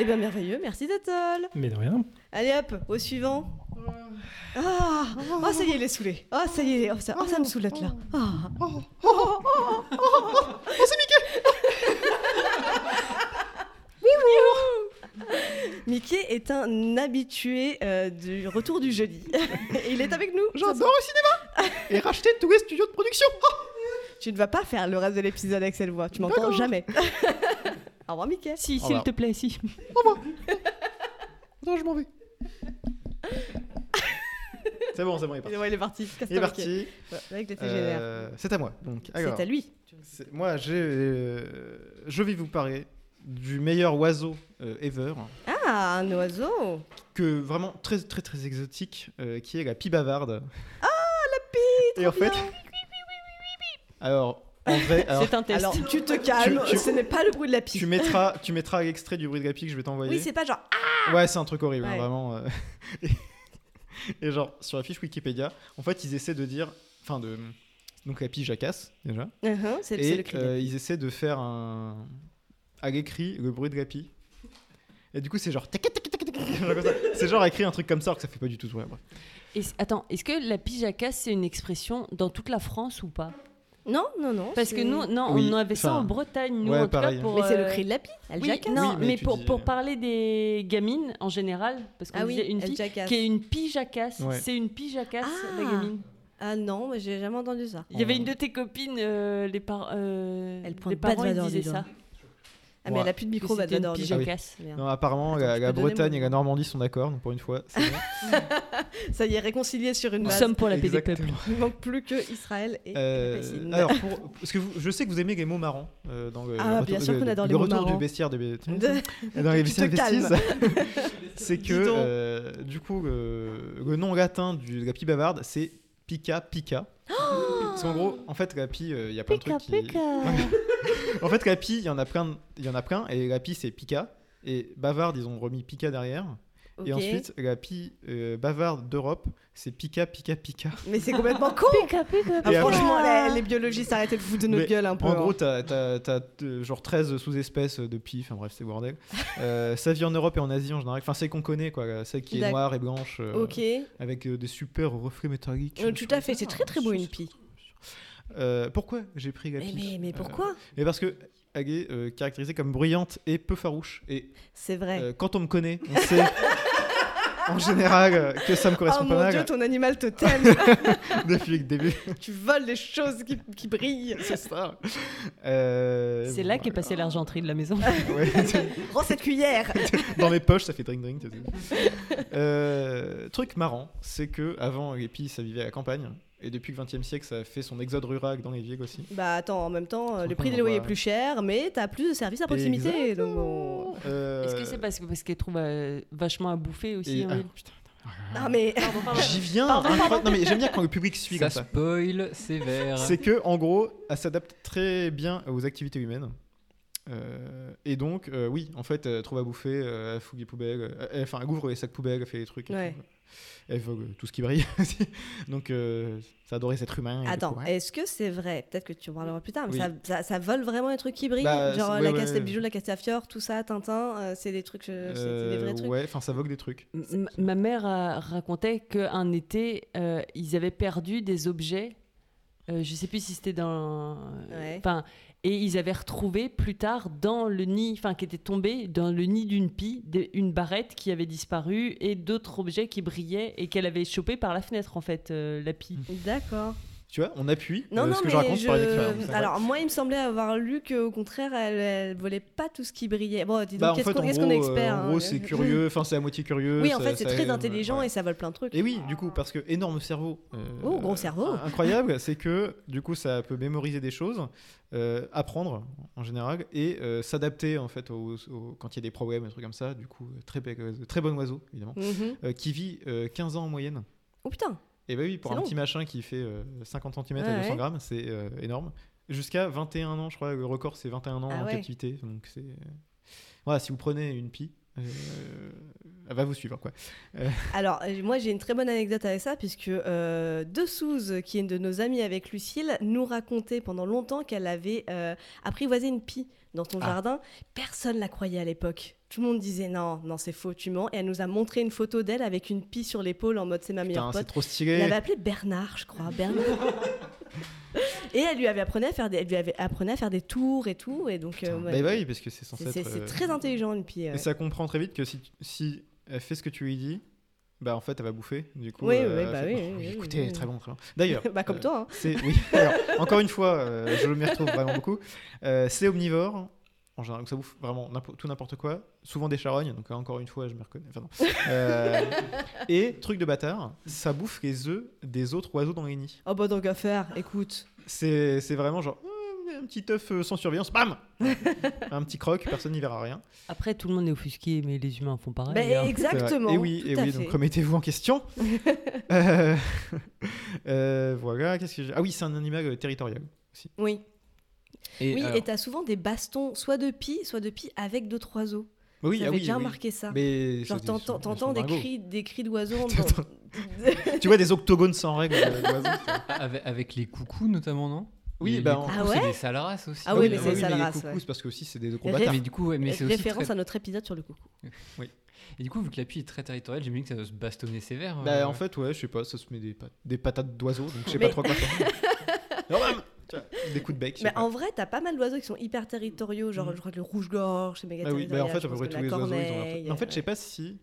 Eh bien, merveilleux, merci Tatol. Mais de rien. Allez hop, au suivant. Ah, oh, ça y est, il est saoulé. Oh, ça y est, oh, ça, oh, ça me saoulote là. Ah. c'est Mickey Mickey est un habitué euh, du retour du jeudi. il est avec nous. J'adore au cinéma Et racheter tous les studios de production Tu ne vas pas faire le reste de l'épisode avec cette voix. Tu m'entends jamais. Au revoir, Mickey. Si, s'il revoir. te plaît, si. Attends, je m'en vais. c'est bon, c'est bon, il est parti. Ouais, il est parti. Casse-toi, Il Mickey. est parti. Ouais, Avec les TGNR. Euh, c'est à moi. Donc, alors, C'est à lui. c'est- moi, j'ai, euh, je vais vous parler du meilleur oiseau euh, ever, Ah, un oiseau. que vraiment très très très exotique, euh, qui est la pie bavarde. Ah, la pie Et en fait, alors en vrai. alors, C'est un test. Alors, tu te calmes, Tu- tu- ce n'est pas le bruit de la piste. tu mettras, tu mettras l'extrait du bruit de la pique que je vais t'envoyer. Oui, c'est pas genre. Ah Ouais, c'est un truc horrible, hein, Ouais. vraiment. euh. et genre, sur la fiche Wikipédia, en fait, ils essaient de dire. Enfin, de. Donc, la pige jacasse, déjà. hein, c'est c'est Et le cri. euh, ils essaient de faire un... à l'écrit le bruit de la pie. Et du coup, c'est genre. tac, tac, tac, tac, tac, genre comme ça. C'est genre écrit un truc comme ça, alors que ça fait pas du tout. Ouais, bref. Et c- attends, est-ce que la pijacasse, c'est une expression dans toute la France ou pas Non, non, non. Parce que c'est- nous, non, Oui, on avait ça enfin, en Bretagne, nous, ouais, en tout pareil. hein. cas pour. Mais c'est euh, le cri de la pie, elle oui, jacasse. non, Oui, mais mais, tu pour, dis- euh, pour parler des gamines en général, parce qu'on Ah oui, disait une elle fille jacasse. qui est une pijacasse, Ouais. c'est une pijacasse, la Ah. gamine. Ah non, mais j'ai jamais entendu ça. Il y Oh. avait une de tes copines, euh, les, par- euh, Elle les pointe pas parents, de ils Vador du disaient doigt. ça. Ah, mais Ouais. elle a plus de micro, que c'était Vador. Ah une du coup. pijacasse. Merde. Non, apparemment, Hein. Attends, la, je la peux donner Bretagne mon- et la Normandie sont d'accord, donc pour une fois. c'est bon. Ça y est, réconcilié sur une Nous base. sommes pour la paix des Exactement. peuples. Il ne manque plus que Israël et Euh, la Palestine. alors, pour- parce que vous- je sais que vous aimez les mots marrants euh, dans le Ah, le retour, bien sûr le- qu'on adore le les mots retour marrants. du bestiaire des bé- De- dans les Tu te bestiaires des calmes. bêtises, c'est que Dis donc. euh, du coup euh, le, le nom latin du, de la pie bavarde c'est pica pica. Parce qu'en gros, en fait, la pie, euh, il y a plein de trucs. qui- en fait, la pie, il y en a plein, il y en a plein, et la pie c'est pica et bavarde, ils ont remis pica derrière. Ok. Et ensuite, la pie euh, bavarde d'Europe, c'est pica pica pica. Mais c'est complètement con Ah, Et après- Franchement, les, les biologistes, arrêtez de vous de notre Mais gueule un peu. En hein. gros, t'as, t'as- t'as, euh, genre 13 sous-espèces de pie, enfin bref, c'est bordel. Euh, ça vit en Europe et en Asie en général. Enfin, celle qu'on connaît, quoi. Celle qui est D'ac- noire et blanche, euh, Ok, avec euh, des super reflets métalliques. Euh, tout à fait, c'est très très beau une pie. Euh, pourquoi j'ai pris la Mais, pie Eh mais, mais Euh, pourquoi Mais parce que elle est euh, caractérisée comme bruyante et peu farouche. Et C'est vrai. euh, quand on me connaît, on sait en général euh, que ça me correspond oh pas mon mal dieu, ton animal te t'aime. depuis le début. tu voles les choses qui, qui brillent. c'est ça. Euh, C'est là bon, qu'est passée l'argenterie de la maison. ouais. Rends cette cuillère. dans mes poches, ça fait drink drink. Euh, truc marrant, c'est que avant les pies, ça vivait à la campagne, et depuis le XXe siècle, ça a fait son exode rural dans les villes aussi. Bah attends, en même temps, euh, le prix on des loyers est va- plus cher, mais t'as plus de services à proximité. Donc bon. Euh, Est-ce que c'est parce que- parce qu'elle trouve euh, vachement à bouffer aussi hein, et- en ah, ville putain, Non mais Ah, J'y viens. Pardon, incroyable. Non mais j'aime bien quand le public suit Ça hein. comme ça. spoil sévère. C'est que en gros, elle s'adapte très bien aux activités humaines. Euh, et donc, euh, oui, en fait, elle trouve à bouffer, euh, elle fouille les poubelles, euh, elle- enfin, elle ouvre les sacs poubelles, elle fait les trucs. et Ouais. tout. Elle vogue tout ce qui brille aussi. Donc, euh, ça adorait être humain. et le attends, coup, ouais. est-ce que c'est vrai Peut-être que tu en parleras plus tard, mais Oui. ça, ça, ça vole vraiment les trucs qui brillent, Bah, genre c'est- euh, ouais, la ouais. casse des bijoux, la casse à fior, tout ça, Tintin, euh, c'est des trucs, euh, c'est c'est des Euh, vrais trucs. Ouais, enfin ça vogue des trucs. M- Ma mère euh, racontait qu'un été, euh, ils avaient perdu des objets. euh, je sais plus si c'était dans. Ouais. Enfin, et ils avaient retrouvé plus tard dans le nid, enfin, qui était tombé dans le nid d'une pie, des- une barrette qui avait disparu et d'autres objets qui brillaient et qu'elle avait chopé par la fenêtre, en fait, euh, la Mmh. pie. D'accord. Tu vois, on appuie Non, euh, non, ce que mais je raconte par l'expérience. je... Alors, moi, il me semblait avoir lu qu'au contraire, elle, elle volait pas tout ce qui brillait. Bon, dis donc, Bah, en qu'est-ce fait, qu'on en qu'est-ce gros, qu'on est euh, expert en hein. gros, c'est curieux, enfin c'est à moitié curieux. Oui, en ça- fait, c'est ça- très euh, intelligent ouais. et ça vole plein de trucs. Et oui, du coup, parce que énorme cerveau. euh, Oh, gros cerveau. Incroyable, c'est que du coup, ça peut mémoriser des choses, euh, apprendre en général et euh, s'adapter en fait aux- aux- quand il y a des problèmes, des trucs comme ça. Du coup, euh, très, bec- très bon oiseau, évidemment, Mhm. euh, qui vit euh, 15 ans en moyenne. Oh putain, Et bah oui, pour C'est un long. petit machin qui fait euh, 50 cm Ouais, à 200 ouais. grammes, c'est euh, énorme. Jusqu'à 21 ans, je crois, le record c'est 21 ans Ah en ouais. captivité. Donc c'est. euh, Voilà, si vous prenez une pie, euh, elle va vous suivre quoi. Alors, euh, moi, j'ai une très bonne anecdote avec ça, puisque euh, De Souze, qui est une de nos amies avec Lucille, nous racontait pendant longtemps qu'elle avait euh, apprivoisé une pie dans son Ah. jardin. Personne la croyait à l'époque. Tout le monde disait non, non, c'est faux, tu mens. Et elle nous a montré une photo d'elle avec une pie sur l'épaule en mode c'est ma meilleure Putain, c'est pote. trop Elle stylé. l'avait appelé Bernard, je crois. Bernard. et elle lui avait apprenait à faire des, elle lui avait apprenait à faire des tours et tout. Et donc, euh, Putain, ouais. Bah oui, parce que c'est censé c'est c'est- être. c'est euh, très intelligent une pie. ouais. Et ça comprend très vite que si, tu- si elle fait ce que tu lui dis, bah en fait elle va bouffer. Du coup, Oui, euh, oui, elle bah oui, fait, oh, oui, oui, Écoutez, oui. très bon, très bon. D'ailleurs, bah comme euh, toi. hein. C'est oui. Alors, encore une fois, euh, je m'y retrouve vraiment beaucoup. Euh, c'est omnivore. En général, donc ça bouffe vraiment n'impo- tout n'importe quoi, souvent des charognes, donc euh, encore une fois, je me reconnais. Enfin, non. Euh, et truc de bâtard, ça bouffe les œufs des autres oiseaux dans les nids. Oh bah donc à faire. Écoute. C'est c'est vraiment genre euh, un petit œuf euh, sans surveillance, bam Un petit croc, personne n'y verra rien. Après, tout le monde est offusqué, mais les humains font pareil. Bah, hein. exactement. Et oui, tout et à oui fait. donc remettez-vous en question. Euh, euh, voilà, qu'est-ce que j'ai- Ah oui, c'est un animal euh, territorial. Oui. Et oui, alors- et t'as souvent des bastons, soit de pie, soit de pie avec deux trois os. Oui, ah J'avais oui, déjà oui. remarqué ça. Mais Genre c'est- t'entends c'est- t'entends c'est des dingo. cris, des cris d'oiseaux. en- T'entends- Tu vois des octogones sans règles. euh, d'oiseaux. Avec, avec les coucous, notamment, non Oui, Les- bah, les on- coucous, Ah c'est ouais des sales races aussi. Ah oui, mais bah c'est oui, ça, la les race, coucous, ouais. c'est parce que aussi c'est des gros Les bâtards. Mais du coup, ouais, mais c'est aussi Référence très... à notre épisode sur le coucou. Et du coup, vu que l'appui est très territorial, j'imagine que ça doit se bastonner sévère. Bah, euh, en fait, ouais, je sais pas, ça se met des, pat- des patates d'oiseaux, donc je sais Mais- pas trop quoi faire. Non, bah, tu vois, des coups de bec. je sais Mais pas. en vrai, t'as pas mal d'oiseaux qui sont hyper territoriaux, genre Mhm. je crois que le rouge-gorge, c'est méga Ah oui, bah, territorial. en fait, je à peu pense près que tous la les oiseaux, ils ont leur corneille, truc. Mais en fait, je sais euh, pas si.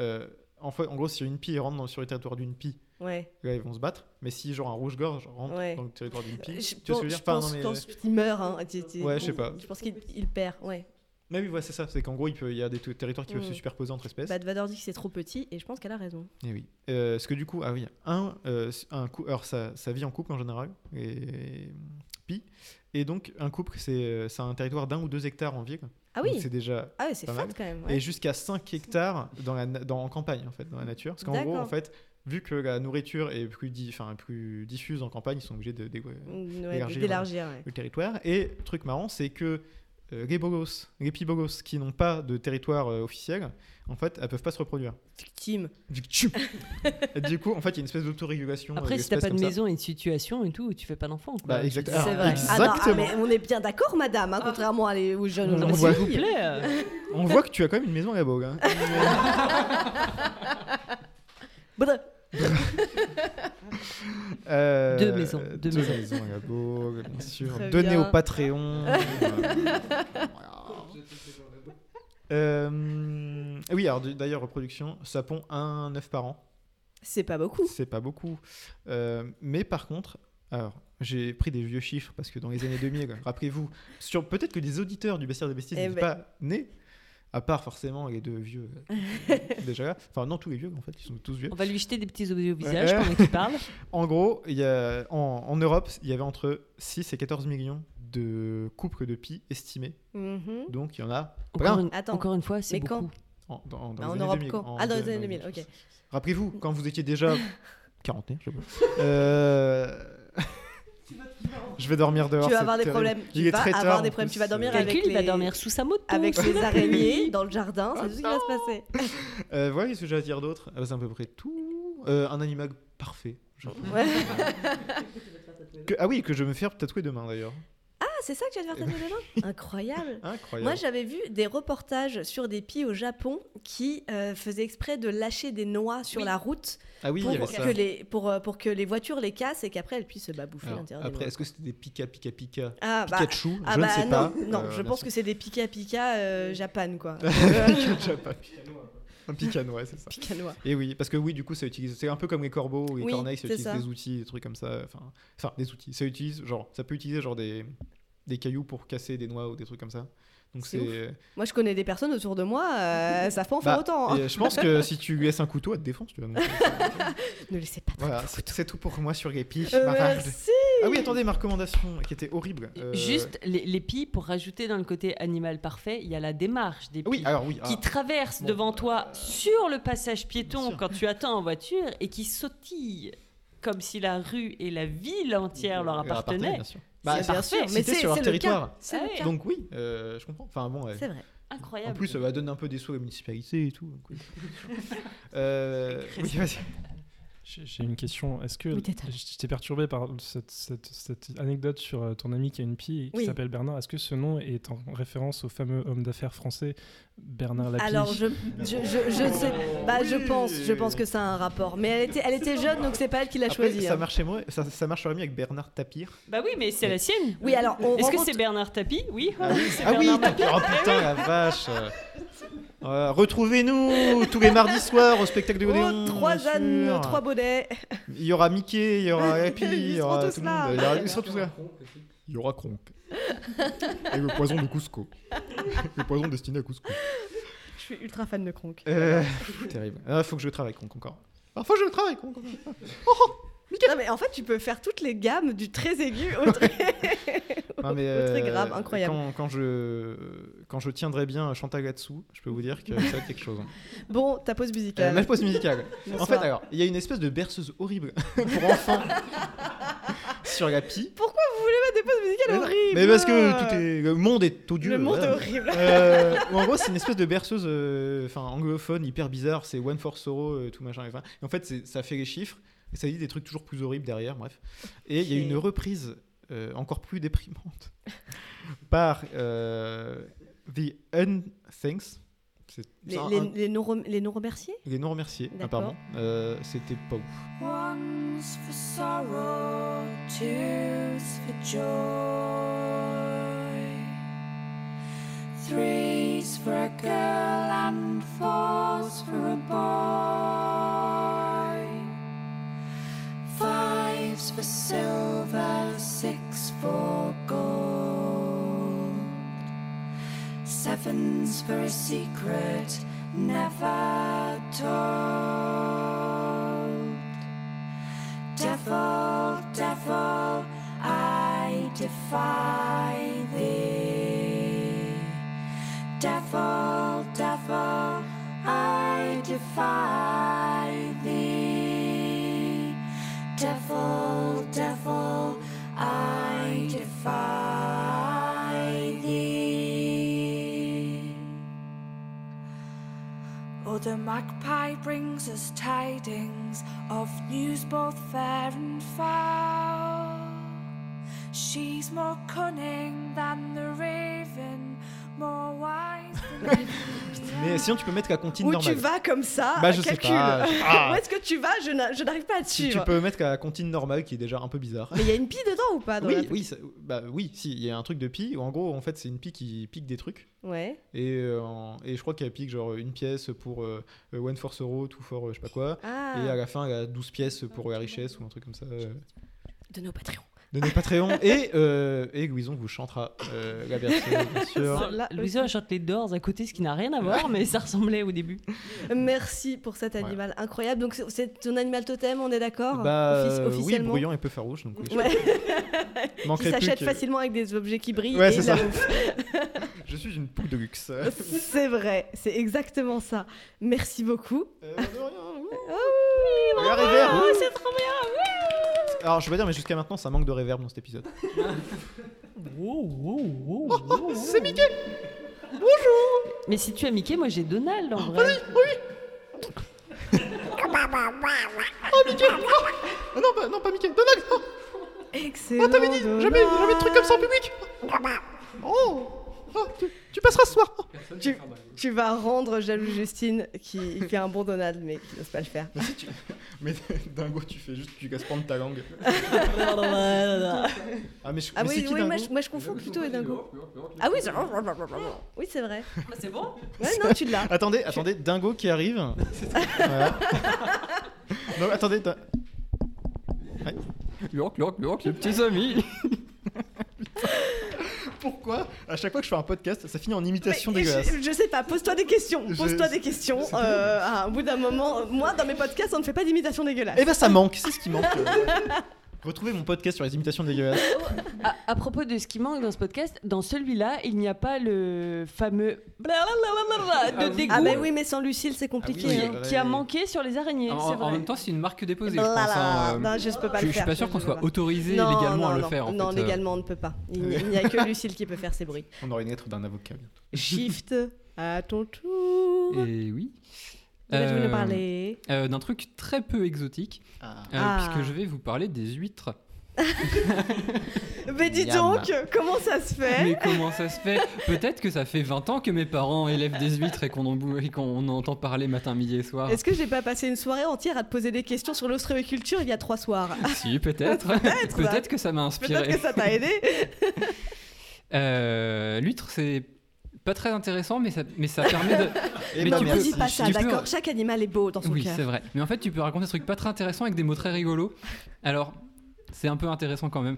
euh, en, fait, en gros, si une pie rentre dans- sur le territoire d'une pie, euh, Ouais. là, ils vont se battre. Mais si, genre, un rouge-gorge rentre Ouais. dans le territoire d'une pie. Je tu vois pense, ce que je veux dire je Pas, pense- non, mais- euh, je pense qu'il meurt. hein, tu- tu- Ouais, je sais pas. Je pense qu'il il perd. Ouais. Mais oui, ouais, c'est ça. C'est qu'en gros, il, peut, il y a des t- territoires qui peuvent Mm. se superposer entre espèces. Bad Vador dit que c'est trop petit et je pense qu'elle a raison. Et oui. Euh, parce que du coup, ah oui, un, euh, un cou- alors ça, ça vit en couple en général, et, pi. Et donc, un couple, c'est euh, c'est un territoire d'un ou deux hectares en ville. Ah Donc, oui. C'est déjà. Ah ouais, c'est pas fat mal. quand même. Et Ouais. jusqu'à 5 hectares dans la, na- dans, en campagne, en fait, dans la nature. Parce qu'en gros, D'accord. en fait, vu que la nourriture est plus, di- enfin, plus diffuse en campagne, ils sont obligés de, de- Mm, ouais, élargir, hein. D'élargir. ouais. le territoire. Et truc marrant, c'est que euh, les bogos, les pibogos, qui n'ont pas de territoire euh, officiel, en fait, elles peuvent pas se reproduire. Victime. Du, Et du coup, en fait, il y a une espèce d'autorégulation. euh, Après, si d'espèces t'as pas de comme ça. maison et de situation et tout, tu fais pas d'enfant. quoi. Bah, exact- Je alors, C'est vrai. Ah non, ah, Exactement. Mmh, mais on est bien d'accord, madame, hein, contrairement à les- aux jeunes dis- On Ah, aujourd'hui. voit- S'il vous plaît. euh, On voit que tu as quand même une maison à la bogue. hein. Bref. Euh, Deux maisons, deux maisons. à la Bogue, bien sûr. Très Donnez bien. au Patreon. Voilà. Euh, oui, alors d- d'ailleurs, reproduction, ça pond un œuf par an. C'est pas beaucoup. C'est pas beaucoup. Euh, mais par contre, alors j'ai pris des vieux chiffres parce que dans les années 2000, rappelez-vous, sur peut-être que les auditeurs du bestiaire des besties Eh n'étaient ben. pas nés, à part forcément les deux vieux euh, déjà là. Enfin, non, tous les vieux en fait, ils sont tous vieux. Oh. On va lui jeter des petits objets au visage Ouais. pendant qu'il parle. En gros, il y a, en, en Europe, il y avait entre 6 et 14 millions de couples de pies estimés. Mhm. Donc il y en a Encore plein une, Attends. encore une fois, c'est Mais quand beaucoup. en, dans, dans Ah, les en années Europe, 2000, quand en Ah, dans les années 2000, 2000, ok. Rappelez-vous, quand vous étiez déjà quarantaine, je sais pas. Euh, Je vais dormir dehors. Tu vas c'est avoir des terrible. problèmes. Il Tu est vas très avoir tard, des en problèmes. plus, Tu vas dormir euh, avec Calcul, il va les- dormir sous sa moto. Avec les araignées dans le jardin, c'est tout ce qui va se passer. Euh, voilà, qu'est-ce que j'ai à dire d'autre Ah bah, C'est à peu près tout. Euh, un animal parfait. je pense. Ouais. Que- ah oui, que je vais me faire tatouer demain d'ailleurs. Ah, c'est ça que tu vas te faire tatouer demain Incroyable. Incroyable. Moi, j'avais vu des reportages sur des pies au Japon qui euh, faisaient exprès de lâcher des noix sur la route ah oui, il y avait pour, ça. que les, pour, euh, pour que les voitures les cassent et qu'après elles puissent se babouffer à Alors, l'intérieur des après, noix. est-ce que c'était des pika pika pika Ah, bah, Pikachu ah Je bah ne sais non, pas. non, Euh, je bien pense sûr. que c'est des pika pika euh, Japan, quoi. Japan. Un picanois, c'est ça. pika noix. Et oui, parce que oui, du coup, ça utilise. C'est un peu comme les corbeaux ou les Oui, corneilles, ça c'est utilise ça. des outils, des trucs comme ça. Enfin, enfin, des outils. Ça utilise, genre, ça peut utiliser genre des, des cailloux pour casser des noix ou des trucs comme ça. Donc C'est c'est. Moi, je connais des personnes autour de moi, euh, elles savent pas en faire Bah, autant. hein. et je pense que si tu laisses un couteau, elle te défonce, tu vois. donc, euh, Ne laissez pas. voilà, c'est c'est tout pour moi sur les piches. Euh, Marade. merci. Ah oui, attendez, ma recommandation qui était horrible. euh, Juste les, les pies, pour rajouter dans le côté animal parfait, il y a la démarche des pies. Oui, alors oui. ah. qui traverse Bon, devant euh, toi sur le passage bien piéton sûr. quand tu attends en voiture et qui sautille comme si la rue et la ville entière leur Euh, appartenaient. bien sûr. Bah, bien parfait, sûr, mais c'était c'est c'est sur leur le territoire. cas. C'est Ah le oui. cas. Donc oui, euh, je comprends. Enfin bon, ouais. C'est vrai. Incroyable. En plus, elle va donner un peu des sous à la municipalité et tout. donc oui. Euh, oui, vas-y. J'ai j'ai une question. Est-ce que Oui, t'étales. je t'ai perturbé par cette, cette- cette anecdote sur euh, ton ami qui a une pie et qui Oui. s'appelle Bernard Est-ce que ce nom est en référence au fameux homme d'affaires français Bernard Lapie Alors, je, je, je, Ah, je sais. Bah, je pense, je pense que ça a un rapport. Mais elle était, elle était jeune, donc c'est pas elle qui l'a Après, choisi. ça hein. marchait moi, ça, ça marcherait mieux avec Bernard Tapir. Bah oui, mais c'est la sienne. Oui, alors, on Est-ce que rencontre- c'est Bernard Tapie Oui. Ah oui, c'est ah oui, Bernard Tapir. Oh putain, la vache. Euh, Retrouvez-nous tous les mardis soirs au spectacle de Odéon. Oh, trois bien ânes, sûr. trois bonnets. Il y aura Mickey, il y aura Happy, il y seront aura tous tout le là. monde. Il y aura- Ils seront tous là. Il y aura Cronk. Et le poison de Cusco. le poison destiné à Cusco. Je suis ultra fan de Kronk. Euh, pff, terrible. Ah, faut que je travaille Cronk encore. Ah, faut que je travaille Cronk encore. Non, mais en fait, tu peux faire toutes les gammes du très aigu au très, Non, mais, au très euh, grave. Incroyable. Quand, quand je, quand je tiendrai bien Chantagatsu, je peux vous dire que ça va être quelque chose. hein. Bon, ta pause Euh, musicale. ma pause musicale. En Bonsoir. fait, alors, il y a une espèce de berceuse horrible pour enfants sur la pie. Pourquoi vous voulez mettre des des pauses musicales horribles. Mais parce que tout est... le monde est odieux. Le monde est voilà. horrible. Euh, ou en gros, c'est une espèce de berceuse euh, enfin anglophone hyper bizarre. C'est One for Sorrow, euh, tout machin. Enfin, et en fait, c'est- ça fait les chiffres et ça dit des trucs toujours plus horribles derrière. Bref. Et il y a Ok. une reprise euh, encore plus déprimante par euh, The Unthanks. C'est Les, c'est un- les- un- les non rem- les non remerciés les non remerciés, D'accord. apparemment. Euh, C'était pas ouf. One's for sorrow, two's for joy. Three's for a girl and four's for a boy. Five's for silver, six for gold. Seven's for a secret never told. Devil, devil, I defy thee. Devil, devil, I defy thee. Devil, devil, I defy thee. Oh, the magpie brings us tidings of news both fair and foul. She's more cunning than the raven, more wise than Mais sinon, tu peux mettre la comptine Où normale. tu vas comme ça Bah, à je sais calcul. pas, je- Ah. Où est-ce que tu vas Je n'a- je n'arrive pas à te Si suivre. tu peux mettre la comptine normale qui est déjà un peu bizarre. Mais il y a une pie dedans ou pas dans Oui, la- oui, ça- bah oui, si, il y a un truc de pi, où en gros, en fait, c'est une pie qui pique des trucs. Ouais. Et, euh, en- et je crois qu'elle pique genre une pièce pour euh, euh, One for Sorrow, Two for euh, je sais pas quoi. Ah. Et à la fin, elle a 12 pièces pour la richesse ou un truc comme ça. euh, De nos Patreons. De nos Patreons. et, euh, et Louison vous chantera euh, la version, bien sûr. Là, Louisa chante les Doors à côté, ce qui n'a rien à Ah. voir, mais ça ressemblait au début. Merci pour cet Ouais. animal incroyable. Donc c'est- c'est ton animal totem, on est d'accord Bah, Offic- euh, oui, officiellement. bruyant et peu farouche. Donc, oui, je- Ouais. Qui manquerait plus s'achète que- facilement avec des objets qui brillent Ouais, et c'est de la ça. bouffe. Je suis une poule de luxe. Euh, C'est vrai, c'est exactement ça. Merci beaucoup. de rien. Oh oui, Le bravo, réverb, ouh. c'est trop bien. Alors, je veux dire, mais jusqu'à maintenant, ça manque de réverb dans cet épisode. c'est Mickey Mais si tu as Mickey, moi j'ai Donald en vrai. Ah non, bah, non, pas Mickey. Donald non. Oh, Excellent. Donald. Jamais, jamais de trucs comme ça en public Oh Ah, tu, tu passeras ce soir Tu, tu vas rendre jaloux Justine qui fait un bon Donald mais qui n'ose pas le faire. Mais dingo, tu fais juste, tu gasses prendre ta langue. Ah, mais, je, Ah mais oui, c'est qui oui, dingo moi, je, moi, je confonds plutôt et dingo. Ah oui, c'est... oui c'est vrai. c'est bon Ouais non tu l'as. Attendez, attendez, dingo qui arrive. Voilà. Non, attendez, t'as- Lurk, lurk, lurk, les petits amis. pourquoi à chaque fois que je fais un podcast, ça finit en imitation Mais dégueulasse je, je sais pas, pose-toi des questions. Je- Pose-toi des questions. euh, à un bout d'un moment, moi dans mes podcasts on ne fait pas d'imitation dégueulasse. Eh ben, ça manque, c'est ce qui manque. Retrouvez mon podcast sur les imitations dégueulasses. À, à propos de ce qui manque dans ce podcast, dans celui-là, il n'y a pas le fameux blablabla de dégoût Ah bah oui mais sans Lucille c'est compliqué. oui, qui, hein. euh, qui a manqué sur les araignées. En, en c'est vrai. même temps, c'est une marque déposée, je pense. hein, Blablabla. euh, Non, je peux pas je, le je suis faire. pas sûr qu'on je- soit autorisé Non, légalement non, à le non. faire. en Non, fait, euh. légalement on ne peut pas. Il n'y il n'y a que Lucille qui peut faire ses bruits. On aurait une lettre d'un avocat. Shift à ton tour. Et Eh oui. Je vais Euh, nous parler. euh, D'un truc très peu exotique, Ah. euh, Ah. puisque je vais vous parler des huîtres. Mais dis Miam. donc, comment ça se fait Mais comment ça se fait Peut-être que ça fait 20 ans que mes parents élèvent des huîtres et qu'on en, bou- et qu'on en entend parler matin, midi et soir. Est-ce que j'ai pas passé une soirée entière à te poser des questions sur l'ostréiculture il y a trois soirs Ah, Si, peut-être. peut-être ça- que ça m'a Peut-être inspiré. que ça t'a aidé. Euh, L'huître, c'est pas très intéressant, mais ça, mais ça permet de. Et Mais ma tu mère Ne peux- dis aussi. pas ça, tu peux- d'accord Chaque animal est beau dans son Oui, cœur. c'est vrai. Mais en fait, tu peux raconter des trucs pas très intéressants avec des mots très rigolos. Alors, c'est un peu intéressant quand même.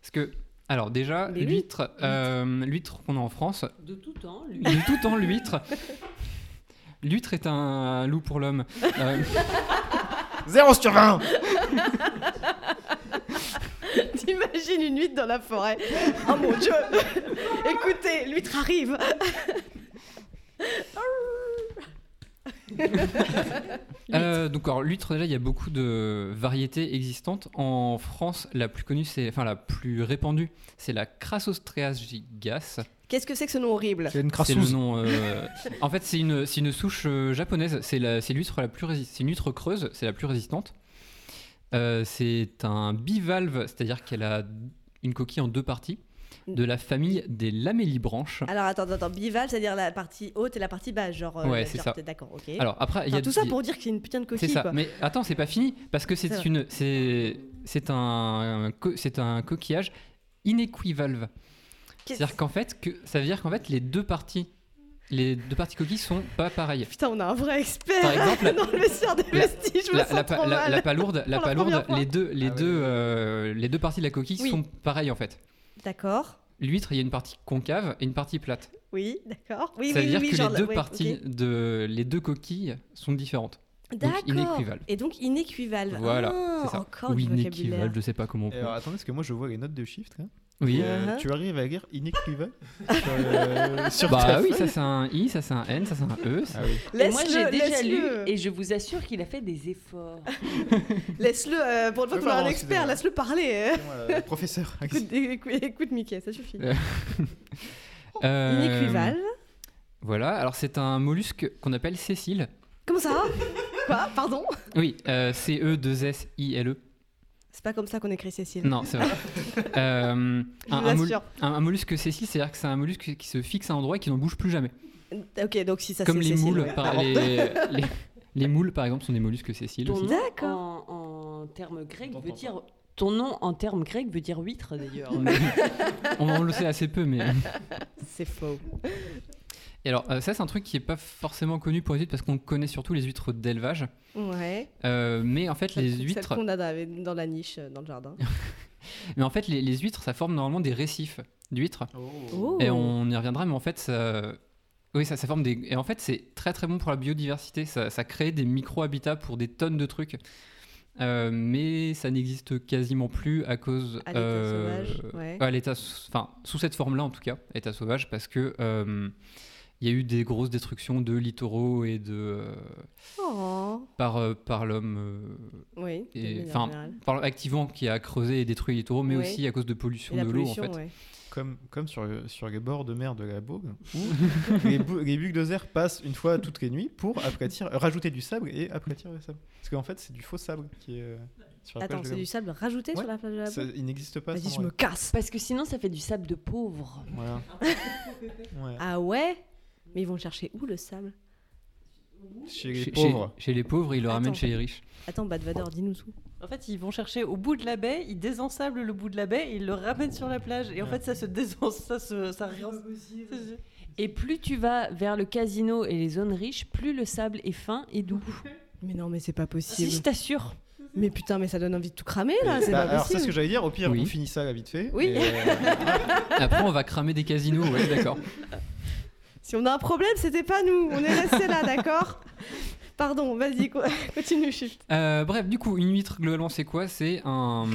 Parce que, alors déjà, Mais oui, l'huître, euh, l'huître qu'on a en France, De tout temps, lui. de tout temps, l'huître. L'huître est un loup pour l'homme. Euh, 0 sur 20 T'imagines une huître dans la forêt. Oh mon dieu Écoutez, l'huître arrive Euh, donc alors l'huître déjà il y a beaucoup de variétés existantes. En France la plus connue c'est enfin la plus répandue c'est la Crassostreas gigas. Qu'est-ce que c'est que ce nom horrible C'est une C'est le crassouse. nom. euh, en fait c'est une c'est une souche euh, japonaise. C'est la c'est l'huître la plus rési- c'est une huître creuse c'est la plus résistante. Euh, c'est un bivalve c'est-à-dire qu'elle a une coquille en deux parties de la famille des lamellibranches. Alors attends, attends, bivalve, c'est-à-dire la partie haute et la partie basse, genre. euh, Ouais, c'est genre, ça. t'es D'accord, ok. Alors après il y Enfin, a tout ça il- pour dire qu'il y a une putain de C'est coquille, ça. quoi. Mais attends, c'est pas fini parce que C'est c'est vrai. une, c'est, c'est un, co- c'est un coquillage inéquivalve. Qu'est-ce- C'est-à-dire qu'en fait, que ça veut dire qu'en fait les deux parties, les deux parties coquilles sont pas pareilles. Putain, on a un vrai expert Par exemple, dans le sort des la- vestiges, je me La, sens la pa- trop la- mal. la palourde, la Pour la palourde, première fois. les deux, les Ah oui. deux, euh, les deux parties de la coquille Oui. sont pareilles en fait. D'accord, L'huître, il y a une partie concave et une partie plate. oui, d'accord. Oui, ça veut oui, dire oui, que genre, les deux oui, ok. parties de, les deux coquilles sont différentes. D'accord. inéquivalent. Et donc inéquivalent. Voilà, Ah, c'est ça. Encore Ou du vocabulaire. inéquivalent, je sais pas comment. on Et prononce. alors, attendez, parce que moi je vois les notes de shift. hein. Oui. Et, euh, Uh-huh. Tu arrives à lire inéquivalent sur, euh, sur Bah ta oui, feuille ça c'est un I, ça c'est un N, ça c'est un E. ça- Ah oui. Et moi, j'ai Laisse-le, déjà lu laisse-le. et je vous assure qu'il a fait des efforts. Laisse-le, euh, pour une fois Oui, qu'on a un pardon, expert, excusez-moi. laisse-le parler. euh. C'est moi, euh, le professeur. Écoute, écoute, écoute, Mickey, ça suffit. Euh, Euh, Inéquivalent. Voilà, alors c'est un mollusque qu'on appelle Cécile. Comment ça Quoi Pardon Oui, euh, C-E-2-S-I-L-E. C'est pas comme ça qu'on écrit Cécile. Non, c'est vrai. Euh, Je un, vous un mol- assure. un- un mollusque Cécile, c'est-à-dire que c'est un mollusque qui se fixe à un endroit et qui n'en bouge plus jamais. Ok, donc si ça Comme c'est les Cécile, moules, ouais. par, les, les- les moules, par exemple, sont des mollusques Cécile Ton aussi. nom D'accord. en, en termes grecs On veut t'entend dire. Ton nom en termes grecs veut dire huître d'ailleurs. On, on le sait assez peu, mais. C'est faux. Et alors, euh, ça, c'est un truc qui n'est pas forcément connu pour les huîtres parce qu'on connaît surtout les huîtres d'élevage. Ouais. Euh, mais en fait, les Celle- huîtres. Celle qu'on a dans dans la niche, euh, dans le jardin. Mais en fait, les, les huîtres, ça forme normalement des récifs d'huîtres. Oh. Et on y reviendra, mais en fait, ça... Oui, ça, ça forme des... Et en fait, c'est très très bon pour la biodiversité. Ça, ça crée des micro-habitats pour des tonnes de trucs. Euh, mais ça n'existe quasiment plus à cause... À l'état euh, sauvage, ouais. à l'état- Enfin, sous cette forme-là, en tout cas, état sauvage, parce que... euh, il y a eu des grosses destructions de littoraux et de euh, Oh. par euh, par l'homme euh, Oui. de et manière enfin générale. par l'activant qui a creusé et détruit les littoraux, mais Oui. aussi à cause de pollution Et la de l'eau en pollution, fait. ouais. Comme, comme sur, sur les bords de mer de la Bogue, où les, bou- les bulldozers passent une fois toutes les nuits pour aplatir, euh, rajouter du sable et aplatir le sable. Parce qu'en fait, c'est du faux sable qui est euh, sur la Attends, plage c'est de la du sable rajouté sur Ouais. la plage de la Bogue. Ça- Boue Il n'existe pas. Vas-y, sans je me vrai. casse. Parce que sinon, ça fait du sable de pauvre. Voilà. Ouais. Ah ouais Mais ils vont le chercher où le sable Chez les Chez- pauvres. Chez, chez les pauvres, ils le Attends. ramènent chez les riches. Attends, Bad Vador, dis-nous tout. En fait, ils vont chercher au bout de la baie, ils désensablent le bout de la baie et ils le ramènent sur la plage. Et en fait, ça se désense, ça se. Ça Et plus tu vas vers le casino et les zones riches, plus le sable est fin et doux. Ah, Mais non, mais c'est pas Si je possible. t'assure. Mais putain, mais ça donne envie de tout cramer là, Et- Ah, c'est bah, pas alors, c'est ce que possible. j'allais dire. Au pire, Oui. on finit ça là, vite fait. Oui. Et, euh, Après, on va cramer des casinos, ouais, d'accord. Si on a un problème, c'était pas nous. On est resté là, d'accord Pardon, vas-y, co- continue, shift. Euh, bref, du coup, une huître, globalement, c'est quoi C'est un.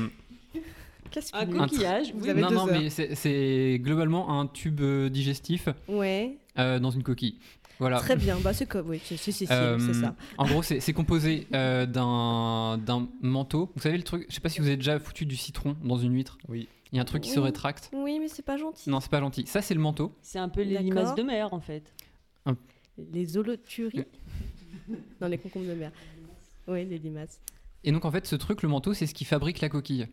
Qu'est-ce que Un coquille. coquillage. Vous oui. avez non, deux non, heures. mais c'est- c'est globalement un tube euh, digestif Ouais, euh, dans une coquille. Voilà. très bien. Bah, c'est comme. Oui, c'est c'est- c'est- Euh, c'est ça. En gros, c'est c'est composé euh, d'un d'un manteau. Vous savez le truc Je sais pas si vous avez déjà foutu du citron dans une huître. Oui. Il y a un truc qui se Oui. rétracte. Oui, mais c'est pas gentil. Non, c'est pas gentil. Ça, c'est le manteau. C'est un peu les D'accord. limaces de mer en fait. Les holoturies Non, les concombres de mer. Oui, les limaces. Et donc, en fait, ce truc, le manteau, c'est ce qui fabrique la coquille.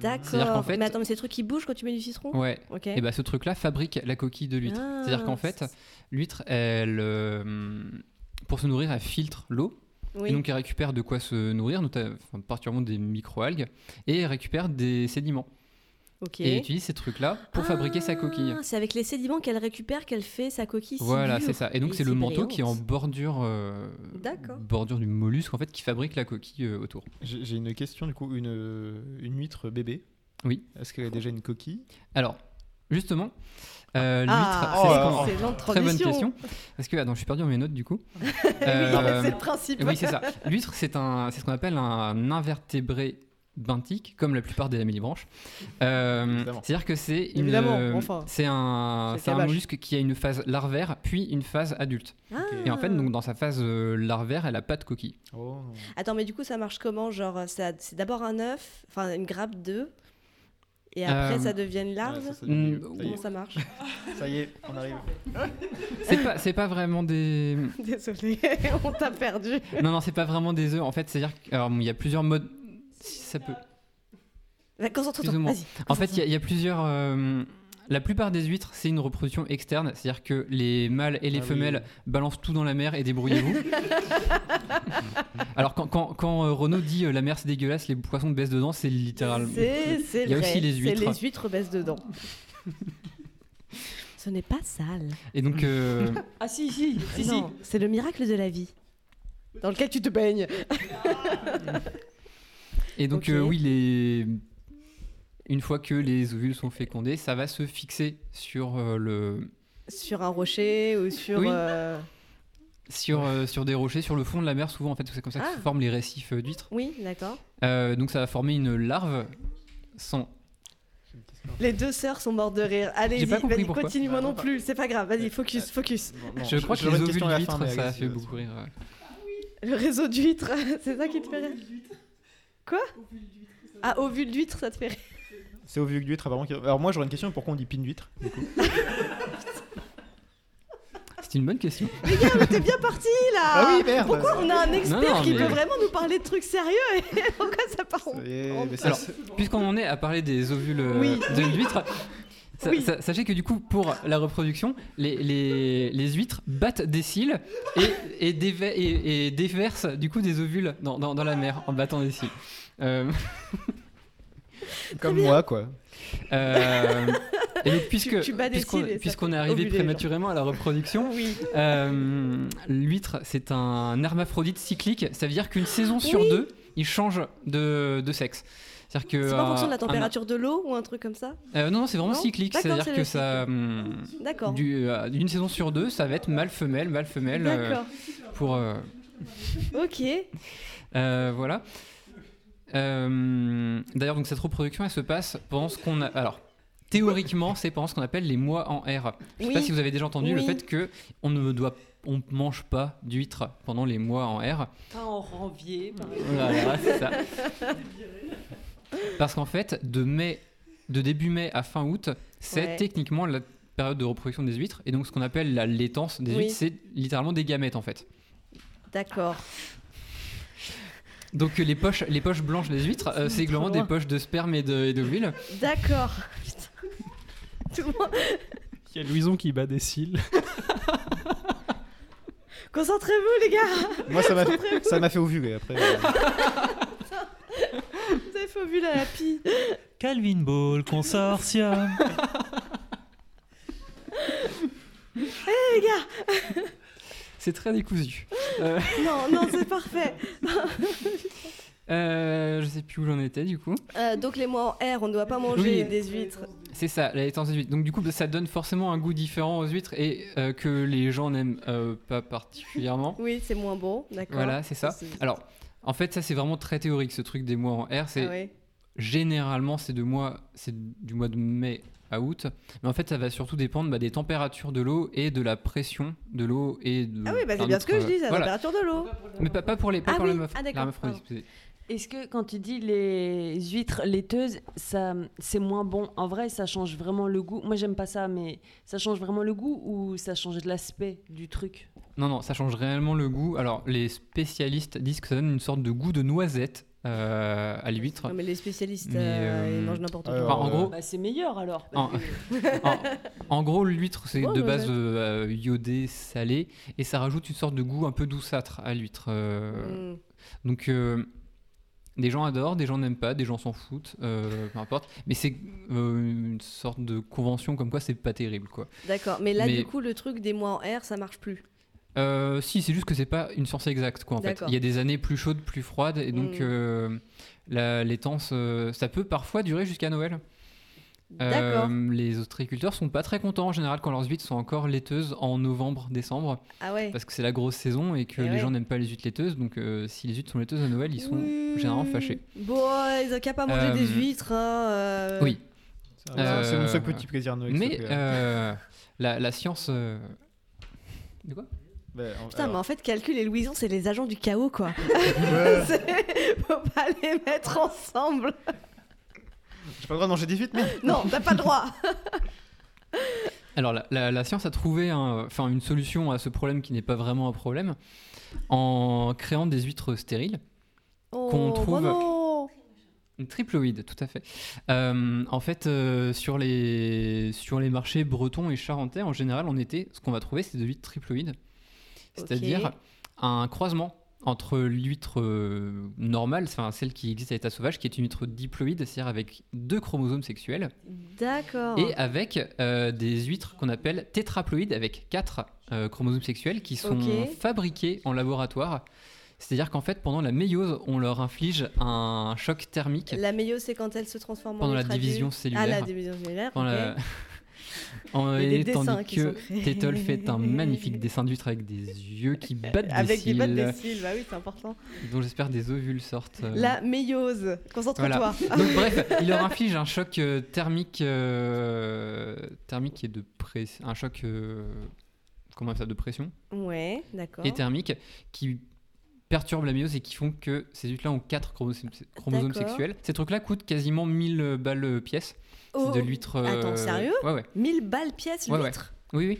C'est-à-dire qu'en D'accord. fait- Mais attends, mais c'est le truc qui bouge quand tu mets du citron Ouais. Ok. Et bah, ce truc-là fabrique la coquille de l'huître. Ah, C'est-à-dire qu'en fait, l'huître, elle, euh, pour se nourrir, elle filtre l'eau. Oui. Et donc, elle récupère de quoi se nourrir, notamment, enfin, particulièrement des microalgues. Et elle récupère des sédiments. ok. Et elle utilise ces trucs-là pour fabriquer sa Ah, coquille. C'est avec les sédiments qu'elle récupère qu'elle fait sa coquille. si Voilà, dure. c'est ça. Et donc, Et c'est le si manteau qui est en brillante. bordure, euh, D'accord. bordure du mollusque, en fait, qui fabrique la coquille euh, autour. J'ai j'ai une question, du coup. Une, une huître bébé. Oui. Est-ce qu'elle a déjà une coquille Alors, justement, euh, l'huître, Ah, c'est ce oh, qu'on- oh, excellente Très bonne transition. question. Parce que, attends, je suis perdu dans mes notes du coup. Oui, Euh, c'est le principe. Oui, c'est ça. L'huître, c'est un, c'est ce qu'on appelle un invertébré benthique, comme la plupart des amélibranches. Euh, Évidemment. C'est-à-dire que c'est une- euh, Évidemment, enfin. c'est un, C'est c'est un cabache. mollusque qui a une phase larvaire, puis une phase adulte. Ah. Et en fait, donc, dans sa phase euh, larvaire, elle a pas de coquille. Oh. Attends, mais du coup, ça marche comment Genre, ça- c'est d'abord un œuf, enfin une grappe d'œuf, et après Euh, ça devient une larve Ouais, Ah, ça, ça devient Mm. vieux. Ça y Comment est. ça marche Ça y est, on arrive. C'est pas, c'est pas vraiment des. Désolée, on t'a perdu. Non, non, c'est pas vraiment des œufs. En fait, c'est-à-dire que- alors, il y a plusieurs modes. Si ça peut. Vas-y, Bah, Concentre-toi, Plus ou moins. vas-y. En fait, il y a- il y, a plusieurs. euh, la plupart des huîtres, c'est une reproduction externe, c'est-à-dire que les mâles et les Ah oui. femelles balancent tout dans la mer et débrouillez-vous. Alors quand, quand, quand euh, Renaud dit euh, la mer c'est dégueulasse, les poissons baissent dedans, c'est littéralement. C'est c'est Il y a vrai. aussi les c'est huîtres. les huîtres baissent dedans. Ce n'est pas sale. Et donc euh, Ah si, si, si, si. non, c'est le miracle de la vie. Dans lequel tu te baignes. et donc Ok. euh, oui les une fois que les ovules sont fécondés, ça va se fixer sur euh, le Sur un rocher ou sur. Oui. euh, sur euh, sur des rochers, sur le fond de la mer souvent en fait, parce que c'est comme ça que Ah. se forment les récifs euh, d'huîtres. Oui, d'accord. Euh, donc ça va former une larve sans Les deux sœurs sont mortes de rire. Allez-y, pas compris vas-y, pourquoi. continue, moi Bah, non non, pas- plus. C'est pas grave, vas-y, focus, focus. Bon, non, je, crois que les j'aurais une ovules question à la fin, euh, d'huîtres, mais ça a allez-y, fait vas-y. beaucoup rire. ouais. Le réseau d'huîtres, c'est ça qui te fait rire Quoi Ah, au vu de l'huître, ça te fait rire. C'est au vieux que d'huître, apparemment. qui- Alors, moi, j'aurais une question pourquoi on dit pin d'huître C'est une bonne question. Les gars, mais t'es bien parti là Ah oui, merde Pourquoi on a un expert Non, non, qui mais- peut vraiment nous parler de trucs sérieux et pourquoi ça part en- Ça y est, en- mais ça, Alors, c'est- puisqu'on en est à parler des ovules euh, Oui. de l'huître, sa- Oui. sa- sachez que du coup, pour la reproduction, les, les, les huîtres battent des cils et, et, déve- et- et déversent du coup des ovules dans, dans, dans la mer en battant des cils. Euh, comme moi, quoi. euh, et donc, puisque, tu bats des puisqu'on, cils et ça puisqu'on fait est arrivé ovuler, genre. prématurément à la reproduction, Oui, euh, l'huître, c'est un hermaphrodite cyclique. Ça veut dire qu'une saison sur Oui. deux, il change de, de sexe. C'est-à-dire que, c'est pas en fonction de la euh, un- température de l'eau ou un truc comme ça Euh, non, non, c'est vraiment Non cyclique. D'accord, C'est-à-dire c'est que le ça. hum, D'accord. du- euh, D'une saison sur deux, ça va être mâle femelle, mâle femelle. euh, D'accord, pour euh, ok. euh, voilà. Euh, D'ailleurs, donc cette reproduction, elle se passe pendant ce qu'on a. Alors. Théoriquement, c'est pendant ce qu'on appelle les mois en R. Je sais Oui. pas si vous avez déjà entendu le Oui. fait que on ne doit, on mange pas d'huîtres pendant les mois en R. Pas en ranvier. par Oh exemple. Voilà, c'est ça. Parce qu'en fait, de mai, de début mai à fin août, c'est Ouais. techniquement la période de reproduction des huîtres. Et donc, ce qu'on appelle la laitance des Oui. huîtres, c'est littéralement des gamètes, en fait. D'accord. Donc, euh, les poches, les poches blanches des huîtres, euh, c'est globalement des poches de sperme et de- et d'ovule. D'accord. Putain. Tout le monde... Il y a Louison qui bat des cils. Concentrez-vous les gars Moi, ça m'a fait, ça m'a fait au vieux, et après. euh, Bah, Vous avez fait vu la happy Calvin Ball Consortium. C'est très décousu. Non, non, c'est parfait. Euh, je sais plus où j'en étais, du coup. Euh, donc les mois en R, on ne doit pas manger Oui. des huîtres. C'est ça, la laitance des huîtres. Donc du coup, ça donne forcément un goût différent aux huîtres et euh, que les gens n'aiment euh, pas particulièrement. Oui, c'est moins bon, d'accord. Voilà, c'est ça. Alors, en fait, ça c'est vraiment très théorique ce truc des mois en R. Ah C'est ouais. généralement c'est de mois, c'est du mois de mai à août. Mais en fait, ça va surtout dépendre bah, des températures de l'eau et de la pression de l'eau et de. Ah oui, bah, c'est plein bien ce que d'autres, je dis, euh, c'est la voilà. température de l'eau. Mais pas, pas pour les, pas Ah pour oui, la meuf- ah d'accord, l'hermaphrodite, Est-ce que quand tu dis les huîtres laiteuses, ça, c'est moins bon En vrai, ça change vraiment le goût. Moi, j'aime pas ça, mais ça change vraiment le goût ou ça change de l'aspect du truc Non, non, ça change réellement le goût. Alors, les spécialistes disent que ça donne une sorte de goût de noisette euh, à l'huître. Non, mais les spécialistes, Mais, euh, euh, ils mangent n'importe quoi. alors, Enfin, en euh, gros, Bah, c'est meilleur alors. En, parce que- en- en gros, l'huître, c'est Oh, de bah, base ouais. euh, euh, iodé, salé, et ça rajoute une sorte de goût un peu douceâtre à l'huître. euh. Mm. Donc, euh, des gens adorent, des gens n'aiment pas, des gens s'en foutent, euh, peu importe. Mais c'est euh, une sorte de convention comme quoi c'est pas terrible, quoi. D'accord, mais là, mais- du coup, le truc des mois en R, ça marche plus. Euh, si, c'est juste que c'est pas une science exacte, quoi, en fait. D'accord. Il y a des années plus chaudes, plus froides, et donc Mm. euh, la- les temps, ça peut parfois durer jusqu'à Noël. D'accord. Euh, les ostréiculteurs sont pas très contents en général quand leurs huîtres sont encore laiteuses en novembre, décembre, Ah ouais. parce que c'est la grosse saison et que Eh les ouais. gens n'aiment pas les huîtres laiteuses. Donc euh, si les huîtres sont laiteuses à Noël, ils sont Oui. généralement fâchés. Bon, Mmh, ils n'ont qu'à pas manger Euh, des huîtres. hein, euh. Oui. C'est un- c'est mon seul Euh, petit plaisir de Noël. Mais c'est que- euh, la, la science. euh, De quoi Bah, en- Putain, alors- mais en fait, Calcul et Louison, c'est les agents du chaos, quoi. Ouais. C'est- Faut pas les mettre ensemble. J'ai pas le droit de manger des huîtres, mais. Non, t'as pas le droit. Alors, la, la- la science a trouvé un- enfin, une solution à ce problème qui n'est pas vraiment un problème en créant des huîtres stériles, Oh, trouve- bravo. une triploïde, tout à fait. Euh, en fait, euh, sur, les, sur les marchés bretons et charentais, en général, en été, ce qu'on va trouver, c'est des huîtres triploïdes, c'est-à-dire Ok. un croisement entre l'huître euh, normale, enfin celle qui existe à l'état sauvage, qui est une huître diploïde, c'est-à-dire avec deux chromosomes sexuels, D'accord. et avec euh, des huîtres qu'on appelle tétraploïdes avec quatre euh, chromosomes sexuels qui sont Ok. fabriqués en laboratoire. C'est-à-dire qu'en fait, pendant la méiose, on leur inflige un choc thermique La méiose, c'est quand elle se transforme en euh, Pendant la ultra adulte. division cellulaire. Ah, la division cellulaire. pendant ok. la- en Il y a des et dessins tandis qui sont que créés. Tétol fait un magnifique dessin d'huître avec des yeux qui battent des Euh, Avec des cils, battes des cils, bah oui, c'est important. dont j'espère des ovules sortent. euh, La méiose, concentre-toi. Voilà. Donc bref, il leur inflige un choc euh, thermique, euh, thermique qui est de press- un choc euh, comment on appelle ça de pression Ah. Ouais, d'accord. et thermique qui perturbent la méiose et qui font que ces huîtres-là ont 4 chromosomes, chromosomes D'accord. sexuels. Ces trucs-là coûtent quasiment 1000 balles euh, pièce. Oh, c'est de l'huître. euh, attends, sérieux Ouais, ouais. 1000 balles pièce Ouais, ouais. l'huître. Oui, oui.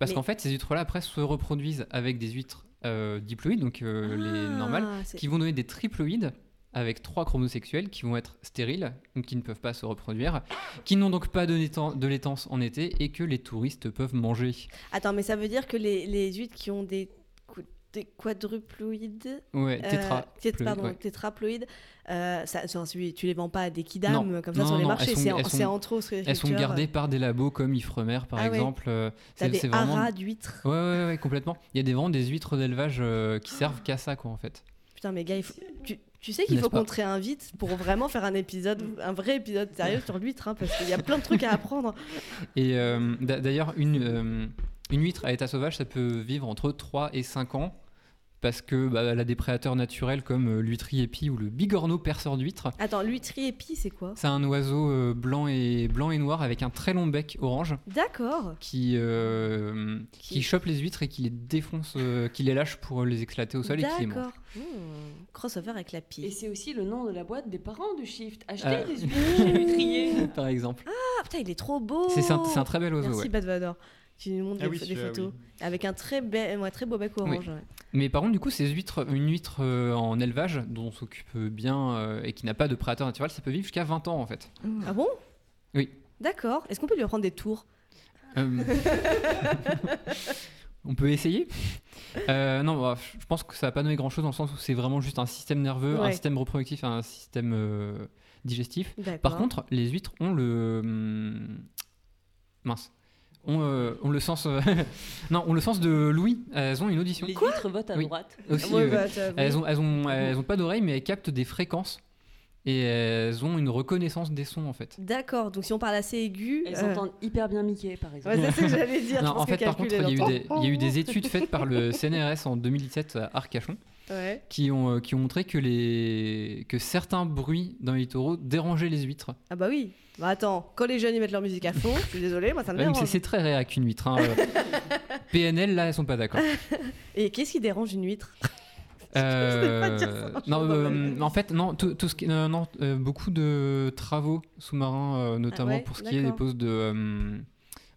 Parce Mais- qu'en fait, ces huîtres-là, après, se reproduisent avec des huîtres euh, diploïdes, donc euh, les Ah, normales, c'est- qui vont donner des triploïdes avec trois chromosomes sexuels qui vont être stériles, donc qui ne peuvent pas se reproduire, qui n'ont donc pas de, naissance- de laitance en été et que les touristes peuvent manger. Attends, mais ça veut dire que les, les huîtres qui ont des, cou- des quadruploïdes. Ouais, euh, tétra. tét- ploïde, pardon, ouais. tétraploïdes, euh, ça, ça, tu tu les vends pas à des kidams Non. comme ça Non, sur les non, marchés, elles sont- c'est en- elles c'est sont- en trop. ce Elles sont culture. gardées par des labos comme Ifremer, par Ah ouais. exemple. euh, T'as C'est des c'est vraiment. haras d'huîtres. Ouais, ouais, ouais, complètement. Il y a des, vraiment des huîtres d'élevage euh, qui servent qu'à ça, quoi, en fait. Putain, mais gars, il faut- tu, tu sais qu'il N'est-ce faut qu'on pas te réinvite pour vraiment faire un épisode, un vrai épisode sérieux sur l'huître, hein, parce qu'il y a plein de trucs à apprendre. Et euh, d'a- d'ailleurs, une, euh, une huître à état sauvage, ça peut vivre entre 3 et 5 ans. Parce que bah, elle a des prédateurs naturels comme euh, l'huîtrier pie ou le bigorneau perceur d'huître. Attends, l'huîtrier épi, c'est quoi C'est un oiseau euh, blanc, et, blanc et noir avec un très long bec orange D'accord. qui, euh, qui... Qui- chope les huîtres et qui les défonce, euh, qui les lâche pour les éclater au sol et qui les mange. D'accord. Hmm, Crossover avec la Et pie. c'est aussi le nom de la boîte des parents de Shift. Achetez Euh. des huîtres chez l'huîtrier. Par exemple. Ah putain, il est trop beau. C'est c'est un, c'est un très bel oiseau, Merci ouais. Bad Vador. Tu nous montres Ah des, oui, pho- des celui-là, photos avec un très, bel- ouais, très beau bec orange. ouais. Mais par contre, du coup, ces huîtres, une huître euh, en élevage dont on s'occupe bien euh, et qui n'a pas de prédateur naturel, ça peut vivre jusqu'à 20 ans en fait. Ah bon Oui. D'accord. Est-ce qu'on peut lui prendre des tours Euh, on peut essayer Euh, Non, bah, je pense que ça va pas donné grand chose dans le sens où c'est vraiment juste un système nerveux, Ouais. un système reproductif, un système euh, digestif. D'accord. Par contre, les huîtres ont le. hum, mince. Ont, euh, ont le sens. euh, non, ont le sens de Louis. Elles ont une audition. Les huîtres votent à Oui. droite. Aussi, Ouais, euh, bah, t'as- Elles ont, elles ont, elles ont pas d'oreilles, mais elles captent des fréquences. Et elles ont une reconnaissance des sons, en fait. D'accord. Donc si on parle assez aigu. Elles euh, entendent hyper bien Mickey, par exemple. Ouais, ça c'est ce que j'allais dire. Non, Je pense en fait, que par calcul, contre, il y, a eu elle des- il y a eu des études faites par le CNRS en 2017 à euh, Arcachon entend. Ouais. qui ont, euh, qui ont montré que, les, que certains bruits dans les taureaux dérangeaient les huîtres. Ah bah oui. Bah attends, quand les jeunes ils mettent leur musique à fond, je suis désolée, moi ça me Ouais, donc c'est- dérange. c'est très réac une huître. hein. PNL, là, elles sont pas d'accord. Et qu'est-ce qui dérange une huître Euh, pas dire ça, je non, sais pas. euh, en fait, non, tout, tout ce qui, euh, non, euh, beaucoup de travaux sous-marins, euh, notamment Ah ouais, pour ce qui est des d'accord. poses de euh,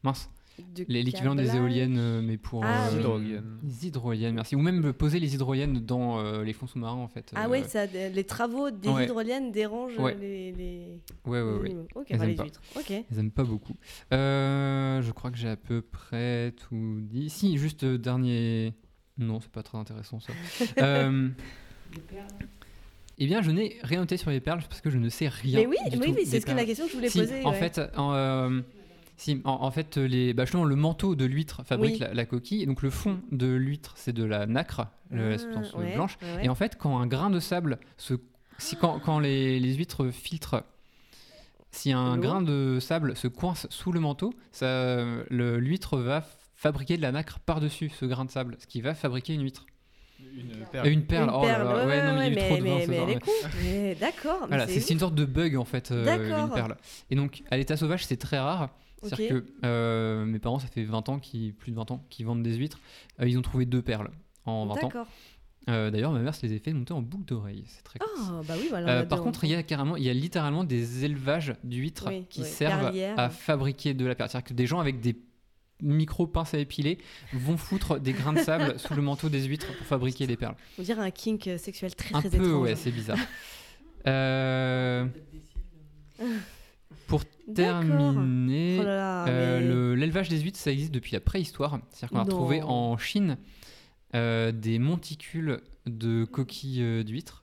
mince, Du les- l'équivalent des câblage. éoliennes, euh, mais pour Ah, oui. Hydroliennes. les hydroliennes, merci, ou même euh, poser les hydroliennes dans euh, les fonds sous-marins en fait. Ah Euh, ouais, ça, les travaux des Ouais. hydroliennes dérangent Ouais. les, les... ouais, ouais, les ouais. animaux. Ok, Elles bah, aiment les pas. huîtres. Ok. Ils aiment pas beaucoup. Euh, je crois que j'ai à peu près tout dit. Si, juste euh, dernier. Non, c'est pas très intéressant ça. Euh, Eh bien, je n'ai rien noté sur les perles parce que je ne sais rien. Mais oui, du oui, tout oui, des c'est ce que la perles. question que je voulais Si, poser. En ouais. fait, en, euh, si, en, en fait, les, bah, justement, le manteau de l'huître fabrique Oui. la, la coquille. Et donc, le fond de l'huître, c'est de la nacre, le- Ah, la substance euh, ouais, blanche. ouais, Ah. ouais. Et en fait, quand un grain de sable se. Si, quand quand les, les huîtres filtrent Si un L'eau. grain de sable se coince sous le manteau, ça, euh, le- l'huître va f- fabriquer de la nacre par-dessus ce grain de sable, ce qui va fabriquer une huître. Une Euh, Une perle. Une oh là perle, là, ouais, ouais, non, mais il y a eu ouais, trop de mais- vin mais- ce mais soir, elle est ouais. con. Mais D'accord, mais Voilà, c'est c'est ouf. c'est une sorte de bug en fait, euh, D'accord. une perle. Et donc, à l'état sauvage, c'est très rare. C'est-à-dire Ok. que euh, mes parents, ça fait 20 ans, qui, plus de 20 ans, qu'ils vendent des huîtres. Euh, ils ont trouvé deux perles en 20 ans. D'accord. Euh, D'ailleurs, ma mère se les a fait monter en boucle d'oreille. C'est très Ah, classe. bah oui, voilà. on Euh, a par deux, contre, hein. il y a carrément, il y a littéralement des élevages d'huîtres Oui, qui oui. servent Perlière. à fabriquer de la perle. C'est-à-dire que des gens avec des micro pinces à épiler vont foutre des grains de sable sous le manteau des huîtres pour fabriquer des perles. On dirait un kink euh, sexuel très Un très peu, étrange. ouais, c'est bizarre. Euh, Pour D'accord. terminer, Oh là là, euh, mais- le- l'élevage des huîtres, ça existe depuis la préhistoire. C'est-à-dire qu'on a trouvé Non. en Chine euh, des monticules de coquilles euh, d'huîtres.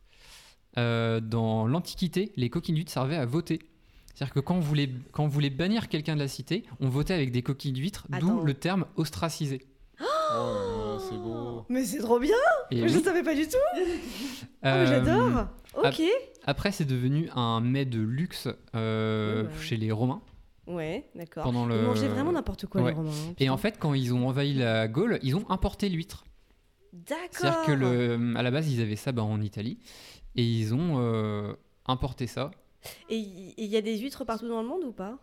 Euh, dans l'Antiquité, les coquilles d'huîtres servaient à voter. C'est-à-dire que quand on, voulait, quand on voulait bannir quelqu'un de la cité, on votait avec des coquilles d'huîtres, d'où Attends. le terme ostracisé. Oh, c'est beau. Mais c'est trop bien Et Mais Je oui, ne savais pas du tout Ah, euh, mais J'adore Ok Après, c'est devenu un mets de luxe euh, Ouais, bah ouais. chez les Romains. Ouais, d'accord. Pendant le- Ils mangeaient vraiment n'importe quoi, Ouais. les Romains. hein, Et putain. en fait, quand ils ont envahi la Gaule, ils ont importé l'huître. D'accord C'est-à-dire que le, à la base, ils avaient ça bah, en Italie et ils ont euh, importé ça. Et il et il y a des huîtres partout dans le monde ou pas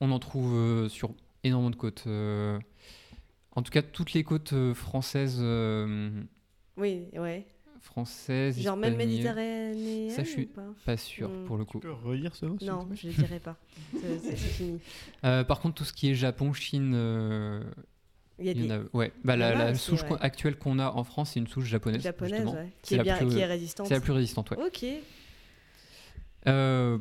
On en trouve euh, sur énormément de côtes. euh, en tout cas, toutes les côtes euh, françaises, euh, Oui, ouais. françaises, Genre même hispaniennes, méditerranéenne Ça, je suis ou pas Pas sûr Hmm. pour le coup. Tu peux relire ce mot s'il te Non, plaît je ne le dirai pas. C'est c'est fini. Euh, par contre, tout ce qui est Japon, Chine, euh, Il y a il y des en a. Ouais. Bah, la, Là-bas la aussi, souche ouais. qu'on- actuelle qu'on a en France, c'est une souche japonaise. japonaises justement. ouais, C'est qui, est la bien, plus- qui est résistante. C'est la plus résistante, ouais. Ok. Et Euh,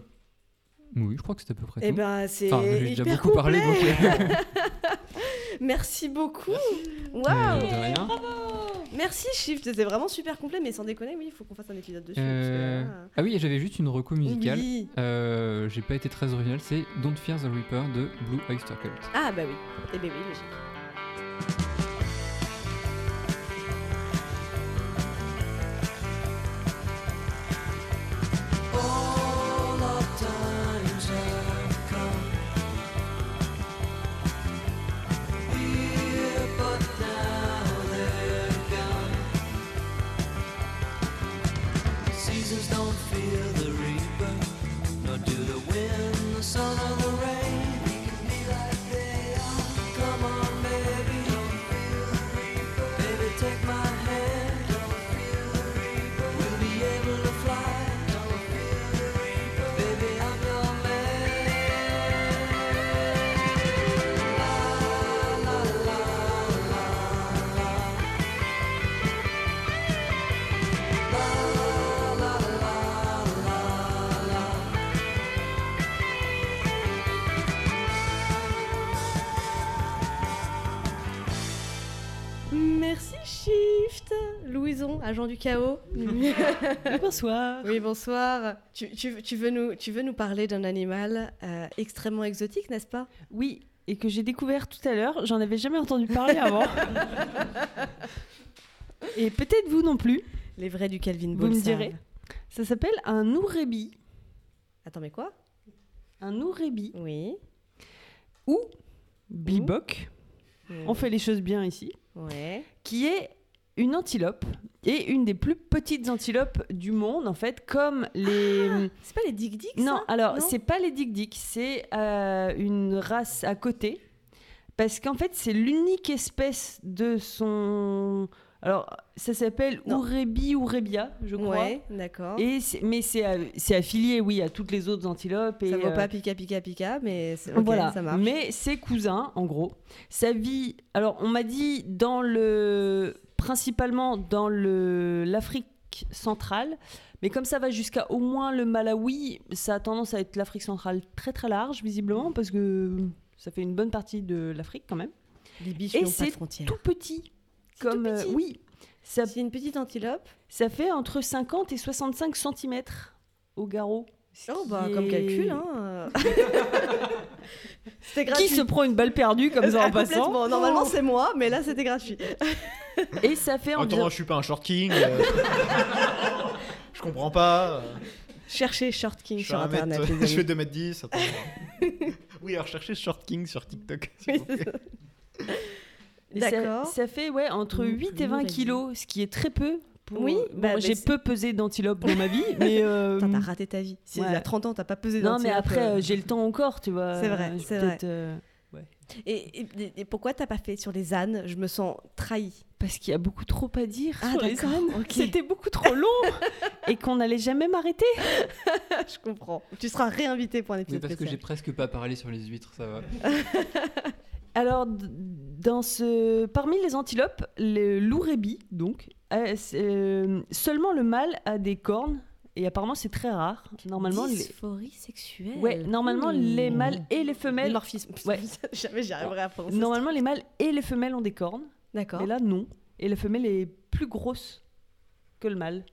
Oui, je crois que c'est à peu près tout. ben c'est Enfin, j'ai déjà hyper beaucoup parlé, complet. donc. euh, Merci beaucoup. euh, Waouh. de rien. Merci Shift, c'était vraiment super complet, mais sans déconner, oui, il faut qu'on fasse un épisode dessus. parce que Euh, là, Ah oui, j'avais juste une reco musicale. oui. Euh, J'ai pas été très original, c'est Don't Fear the Reaper de Blue Oyster Cult. Ah bah oui. Eh ben oui, logique. All our times have come here, but now they're gone. Seasons don't feel the reaper, nor do the wind, the sun, or the rain. We can be like they are. Come on, baby, don't feel the reaper. Baby, take my hand. Don't feel the reaper. We'll be able to fly. Don't feel the reaper. Baby, I'm your man. Merci Shift. Louison, agent du chaos. Bonsoir. oui, bonsoir. Tu, tu- tu veux nous, tu veux nous parler d'un animal euh, extrêmement exotique, n'est-ce pas Oui, et que j'ai découvert tout à l'heure, j'en avais jamais entendu parler avant. et peut-être vous non plus. Les vrais du Calvin Vous Ball, me ça. direz. Ça s'appelle un ourébi. Attends, mais quoi Un ourébi Oui. ou biboc. On fait les choses bien ici. Ouais. qui est une antilope et une des plus petites antilopes du monde en fait comme les C'est pas les Dick Dicks non ça alors Non c'est pas les dick dick c'est euh, une race à côté parce qu'en fait c'est l'unique espèce de son alors ça s'appelle Non. ourébi ourebia je crois Ouais, d'accord. et c'est- mais c'est à- c'est affilié oui à toutes les autres antilopes et Ça vaut euh, pas pica pica pica, mais c'est- ok, voilà. ça marche. Mais ses cousins, en gros, sa vie. Alors, on m'a dit dans le principalement dans le l'Afrique centrale, mais comme ça va jusqu'à au moins le Malawi, ça a tendance à être l'Afrique centrale très très large visiblement parce que ça fait une bonne partie de l'Afrique quand même. Les biches Et n'ont pas c'est de frontières. Tout petit, C'est comme tout euh, petit. oui, ça, C'est une petite antilope. ça fait entre 50 et 65 cm au garrot. ce Oh qui bah comme est- calcul hein. c'était gratuit. Qui se prend une balle perdue comme ça en Ah, complètement. passant Normalement c'est moi, mais là c'était gratuit. Et ça fait Attends, environ je suis pas un short king. euh. je comprends pas. euh. Cherchez Short King Je fais sur un mètre- internet. les je fais amis. 2m10. attends. oui, alors cherchez Short King sur TikTok. s'il Oui, vous plaît. c'est ça. Et ça- D'accord. Ça, fait ouais, entre Nous, 8 et nous, 20 vas-y. kilos, ce qui est très peu. Pour... euh, Oui, Bon, bah, j'ai mais c'est- peu pesé d'antilope dans ma vie, mais. euh, Putain, t'as raté ta vie. C'est Il y Ouais. a 30 ans, t'as pas pesé non, d'antilope, mais après, euh. euh, j'ai le temps encore, tu vois. C'est vrai, Je vais c'est vrai. peut-être, euh, Et, et- et pourquoi t'as pas fait sur les ânes Je me sens trahie. Parce qu'il y a beaucoup trop à dire Ah, sur les d'accord, ânes. ok. C'était beaucoup trop long et qu'on n'allait jamais m'arrêter. je comprends. Tu seras réinvité pour un Mais épisode parce que j'ai spécial. presque pas parlé sur les huîtres, ça va. Alors, d- dans ce... parmi les antilopes, le loup rébis, donc, euh, c'est, euh, seulement le mâle a des cornes. Et apparemment, c'est très rare. Normalement, les... Dysphorie sexuelle. Ouais, normalement, Mmh. les mâles et les femelles. Morphisme. Ouais. Jamais j'y arriverai à prononcer. Normalement, les mâles et les femelles ont des cornes. D'accord. Mais là, non. Et la femelle est plus grosse que le mâle.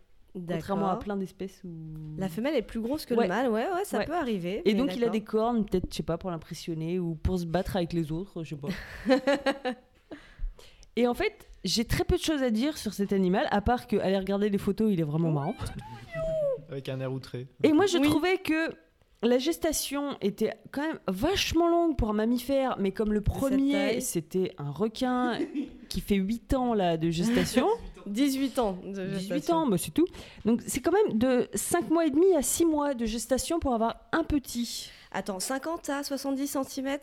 Contrairement à D'accord. plein d'espèces où. La femelle est plus grosse que Ouais. le mâle, ouais, ouais, ça Ouais. peut arriver. Et mais donc, il a d'accord. des cornes, peut-être, je sais pas, pour l'impressionner ou pour se battre avec les autres, je sais pas. Et en fait, j'ai très peu de choses à dire sur cet animal, à part que aller regarder des photos, il est vraiment marrant. Avec un air outré. Et moi, je Oui. trouvais que la gestation était quand même vachement longue pour un mammifère, mais comme le premier, taille. c'était un requin qui fait 8 ans là, de gestation, 18 ans. De 18 gestation. ans, bah, c'est tout. Donc c'est quand même de 5 mois et demi à 6 mois de gestation pour avoir un petit. Attends, 50 à 70 cm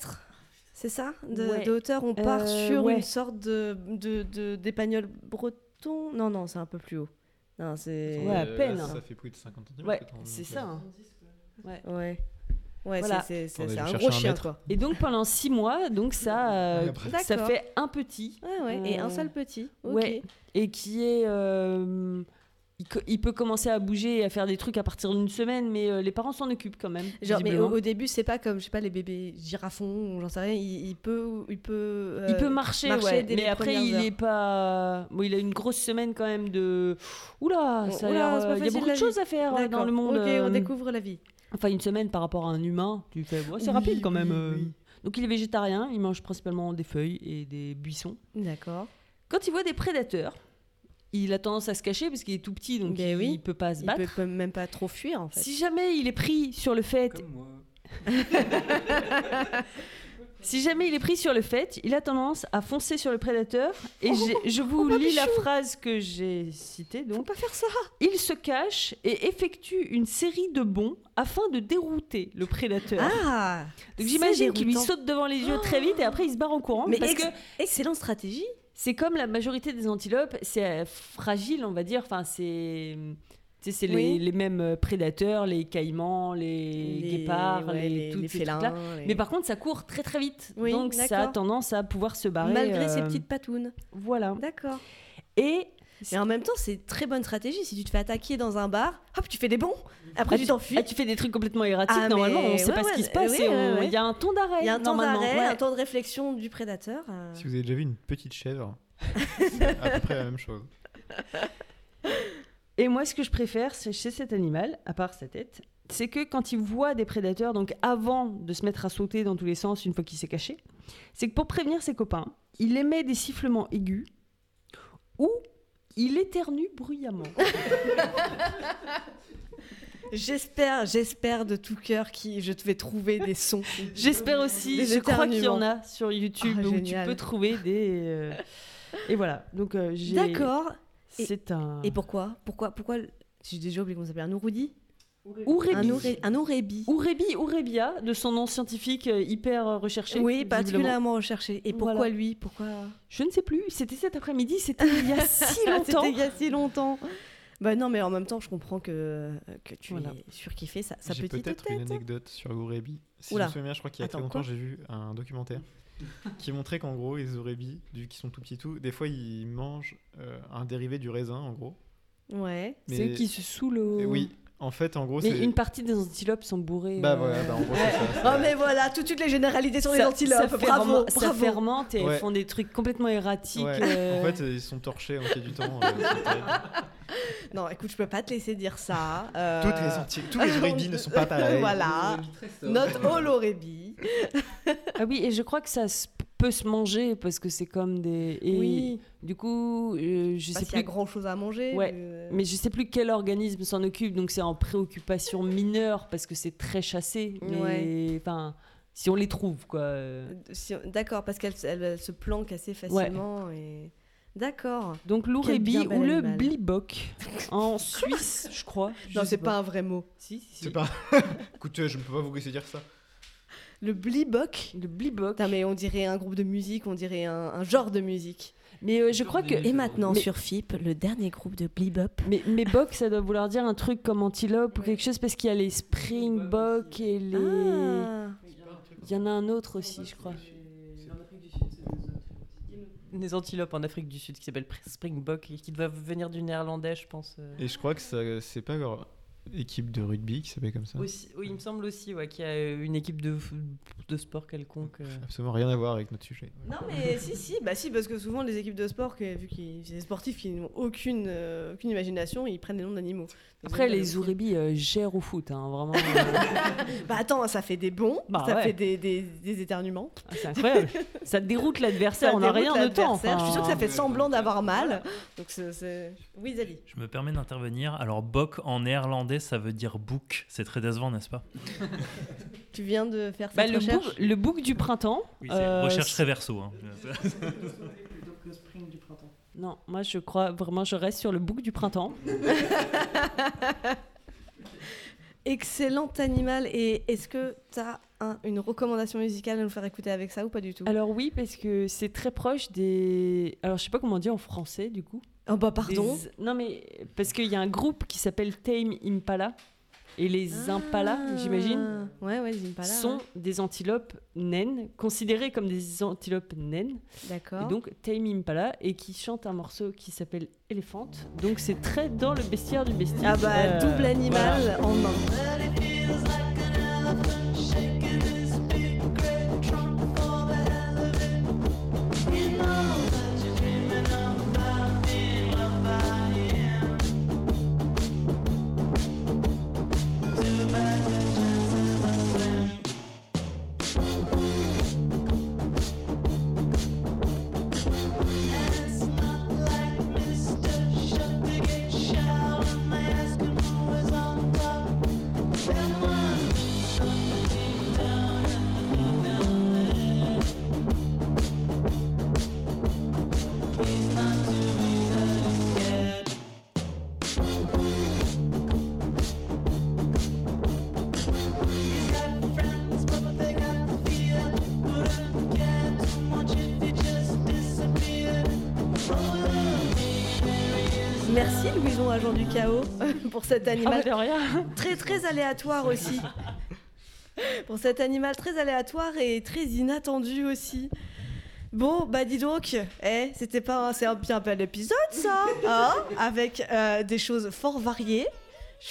C'est ça de, Ouais. de hauteur, on part Euh, sur ouais. une sorte de, de, de- d'épagnol breton Non, non, c'est un peu plus haut. Non, c'est... Ouais, à Euh, peine, là, hein. Ça fait plus de 50 cm. Ouais, c'est ça. euh, hein. Ouais. Ouais, Voilà. c'est, c'est, c'est- c'est Attendez, je un cherche gros un chien, mètre. quoi. Et donc pendant 6 mois, donc ça, euh, Et après- ça D'accord. fait un petit Ouais, Ah ouais, et un Euh, seul petit. ok. ouais. et qui est. euh, il co- il peut commencer à bouger et à faire des trucs à partir d'une semaine, mais euh, les parents s'en occupent quand même. Genre, mais au, visiblement. au début, c'est pas comme, je sais pas, les bébés girafons, ou j'en sais rien, il, il peut... Il peut, Il euh, peut marcher, marcher ouais, dès mais les après premières il heures. est pas. Bon, il a une grosse semaine quand même de. Oula, Bon, ça a oula, l'air, c'est pas euh, il y a facile, beaucoup la de choses à faire euh, dans D'accord. le monde. Ok, euh, on découvre la vie. Enfin, une semaine par rapport à un humain, tu fais. ouais, c'est rapide quand même. euh. Donc il est végétarien, il mange principalement des feuilles et des buissons. D'accord. Quand il voit des prédateurs, il a tendance à se cacher parce qu'il est tout petit, donc Ben il, oui. peut pas se Il battre. peut, peut même pas trop fuir, en fait. Si jamais il est pris sur le fait Comme moi. Si jamais il est pris sur le fait, il a tendance à foncer sur le prédateur. Et Oh, j'ai- je vous lis la phrase que j'ai citée. Faut Donc, pas faire ça il se cache et effectue une série de bonds afin de dérouter le prédateur. Ah donc c'est j'imagine qu'il lui déroutant. saute devant les yeux très vite et après il se barre en courant. Mais parce ex- que Excellente stratégie c'est comme la majorité des antilopes, c'est euh, fragile, on va dire. Enfin, c'est tu sais, c'est les- Oui. les, mêmes euh, prédateurs, les caïmans, les, guépards, ouais, les, toutes ces félins. trucs-là. les- Mais par contre, ça court très très vite. Oui, donc ça a d'accord. tendance à pouvoir se barrer. Malgré ses euh, petites patounes. Voilà. D'accord. Et Mais en même temps, c'est très bonne stratégie. Si tu te fais attaquer dans un bar, hop, tu fais des bons. Après, tu t'enfuis. ah, tu fais des trucs complètement erratiques. Ah, mais Normalement, on ne sait ouais, pas ce ouais, qui se passe. oui, et on- Il ouais, ouais. y a un temps d'arrêt. Il y a un temps normalement, d'arrêt, ouais. un temps de réflexion du prédateur. euh. Si vous avez déjà vu une petite chèvre, c'est à peu près la même chose. Et moi, ce que je préfère c'est chez cet animal, à part sa tête, c'est que quand il voit des prédateurs, donc avant de se mettre à sauter dans tous les sens une fois qu'il s'est caché, c'est que pour prévenir ses copains, il émet des sifflements aigus ou il éternue bruyamment. J'espère, j'espère de tout cœur que je te vais trouver des sons. J'espère aussi. Des je crois qu'il y en éternuements. a sur YouTube Ah, où génial. tu peux trouver des. euh, Et voilà. Donc euh, j'ai. D'accord. C'est un. Et pourquoi Pourquoi Pourquoi le- J'ai déjà oublié comment ça s'appelle. Un ouroudi Un, Ourébi. ouré- un ourébi. Ourébi, Ourébia, de son nom scientifique euh, hyper euh, recherché. Oui, visiblement. particulièrement recherché. Et pourquoi Voilà. lui Pourquoi Ah, Je ne sais plus. C'était cet après-midi. C'était il y a si longtemps. C'était il y a si longtemps. Bah non, mais en même temps, je comprends que, euh, que tu Voilà. es surkiffé sa, sa J'ai petite peut-être tête. une anecdote sur Gourébi. Si Oula. je me souviens, je crois qu'il y a très Attends, longtemps, quoi j'ai vu un documentaire qui montrait qu'en gros, les Gourébi, du qui sont tout petits et tout, des fois ils mangent euh, un dérivé du raisin, en gros. Ouais. C'est eux Mais- qui se saoulent. au- Et Oui, en fait, en gros, Mais c'est. une partie des antilopes sont bourrées. Bah euh, voilà, bah, en gros, c'est ça. Oh mais voilà, tout de suite les généralités sur les ça- antilopes. ça ferme- bravo, ça bravo. fermente et Ouais. elles font des trucs complètement erratiques. Ouais. euh, En fait, ils sont torchés en quai du temps. euh, c'est terrible. Non, écoute, je peux pas te laisser dire ça. euh, Toutes les anti- tous les Gourébi ne sont pas pareils. Ah, oh, voilà. Note Olorébi. Ah oui, et je crois que ça se peut se manger parce que c'est comme des. et Oui. Du coup, euh, je Pas sais s'il y a plus. grand chose à manger. Ouais, mais, euh, Mais je sais plus quel organisme s'en occupe, donc c'est en préoccupation mineure parce que c'est très chassé. Mais Ouais. enfin, si on les trouve, quoi. euh. si- D'accord, parce qu'elle elle- elle se planque assez facilement. Et... D'accord. Donc Quel l'ouribi bien bel ou le animal. blibok en Suisse, je crois. je Non, sais c'est pas un vrai mot. Si, si, si. C'est pas. Écoute, euh, je ne peux pas vous laisser dire ça. Le blibok. Le blibok. Putain, mais on dirait un groupe de musique, on dirait un, un genre de musique. Mais euh, je crois que. Et maintenant Mais- sur FIP, le dernier groupe de blibop. Mais, mais boc, ça doit vouloir dire un truc comme antilope ou quelque chose, parce qu'il y a les springboks et les. bah, Ah. Il y en a un autre aussi, je crois. Des antilopes en Afrique du Sud qui s'appellent Springbok et qui doivent venir du néerlandais, je pense. euh. Et je crois que ça- c'est pas leur équipe de rugby qui s'appelle comme ça. Aussi- oui, il me semble aussi ouais, qu'il y a euh, une équipe de, f- de sport quelconque. euh. Absolument rien à voir avec notre sujet. Non mais si si bah si parce que souvent les équipes de sport que, vu qu'ils c'est des sportifs qui n'ont aucune euh, aucune imagination ils prennent les noms d'animaux. Après, Donc, les ouribis euh, gèrent au foot, hein, vraiment. euh, Bah attends ça fait des bons, Bah ça ouais. fait des, des, des éternuements. ah, c'est incroyable. ça déroute l'adversaire, Ça on n'a déroute rien de temps. l'adversaire. Je suis sûre que ça enfin. fait semblant d'avoir mal. Donc c'est- c'est oui Zali. Je me permets d'intervenir. Alors, boc en néerlandais, ça veut dire bouc. C'est très décevant, n'est-ce pas Tu viens de faire cette Bah, le, recherche. bouc, le bouc du printemps. Oui, c'est euh, recherche réverso. Hein. Non, moi je crois vraiment, je reste sur le bouc du printemps. Excellent animal et est-ce que t'as un- une recommandation musicale à nous faire écouter avec ça ou pas du tout Alors, oui, parce que c'est très proche des. Alors, je sais pas comment on dit en français, du coup. Oh bah pardon. Des- Non, mais parce qu'il y a un groupe qui s'appelle Tame Impala. Et les impalas, Ah. j'imagine, Ouais ouais les impalas. sont ouais. des antilopes naines, considérées comme des antilopes naines. Et d'accord. donc Tame Impala, et qui chante un morceau qui s'appelle Elephant. Donc c'est très dans le bestiaire du bestiaire. Ah bah Euh, double animal en main. Merci Louison, agent du chaos, pour cet Ah bah, animal de rien. très très aléatoire aussi. Pour cet animal très aléatoire et très inattendu aussi. Bon, bah dis donc, eh, c'était pas un, c'est un bien bel épisode ça, hein, avec euh, des choses fort variées.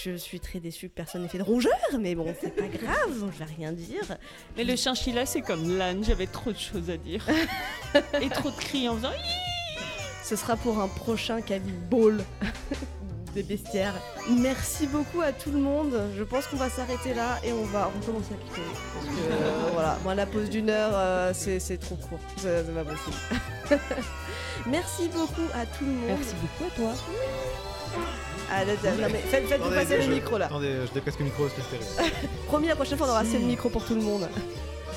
Je suis très déçue que personne n'ait fait de rongeur, mais bon, c'est pas grave, je vais rien dire. Mais le chinchilla, c'est comme l'âne, j'avais trop de choses à dire. et trop de cris en faisant. Hi Ce sera pour un prochain Cali Ball des bestiaires. Merci beaucoup à tout le monde. Je pense qu'on va s'arrêter là et on va recommencer à quitter. Parce que euh, voilà, moi la pause d'une heure, euh, c'est c'est trop court. C'est c'est pas possible. Merci beaucoup à tout le monde. Merci beaucoup à toi. Ah, là, là, non, mais faites, faites Attendez, passer je- le micro là. Attendez, je déplace le micro parce que c'est terrible. Promis, la prochaine fois, on aura assez de micro pour tout le monde.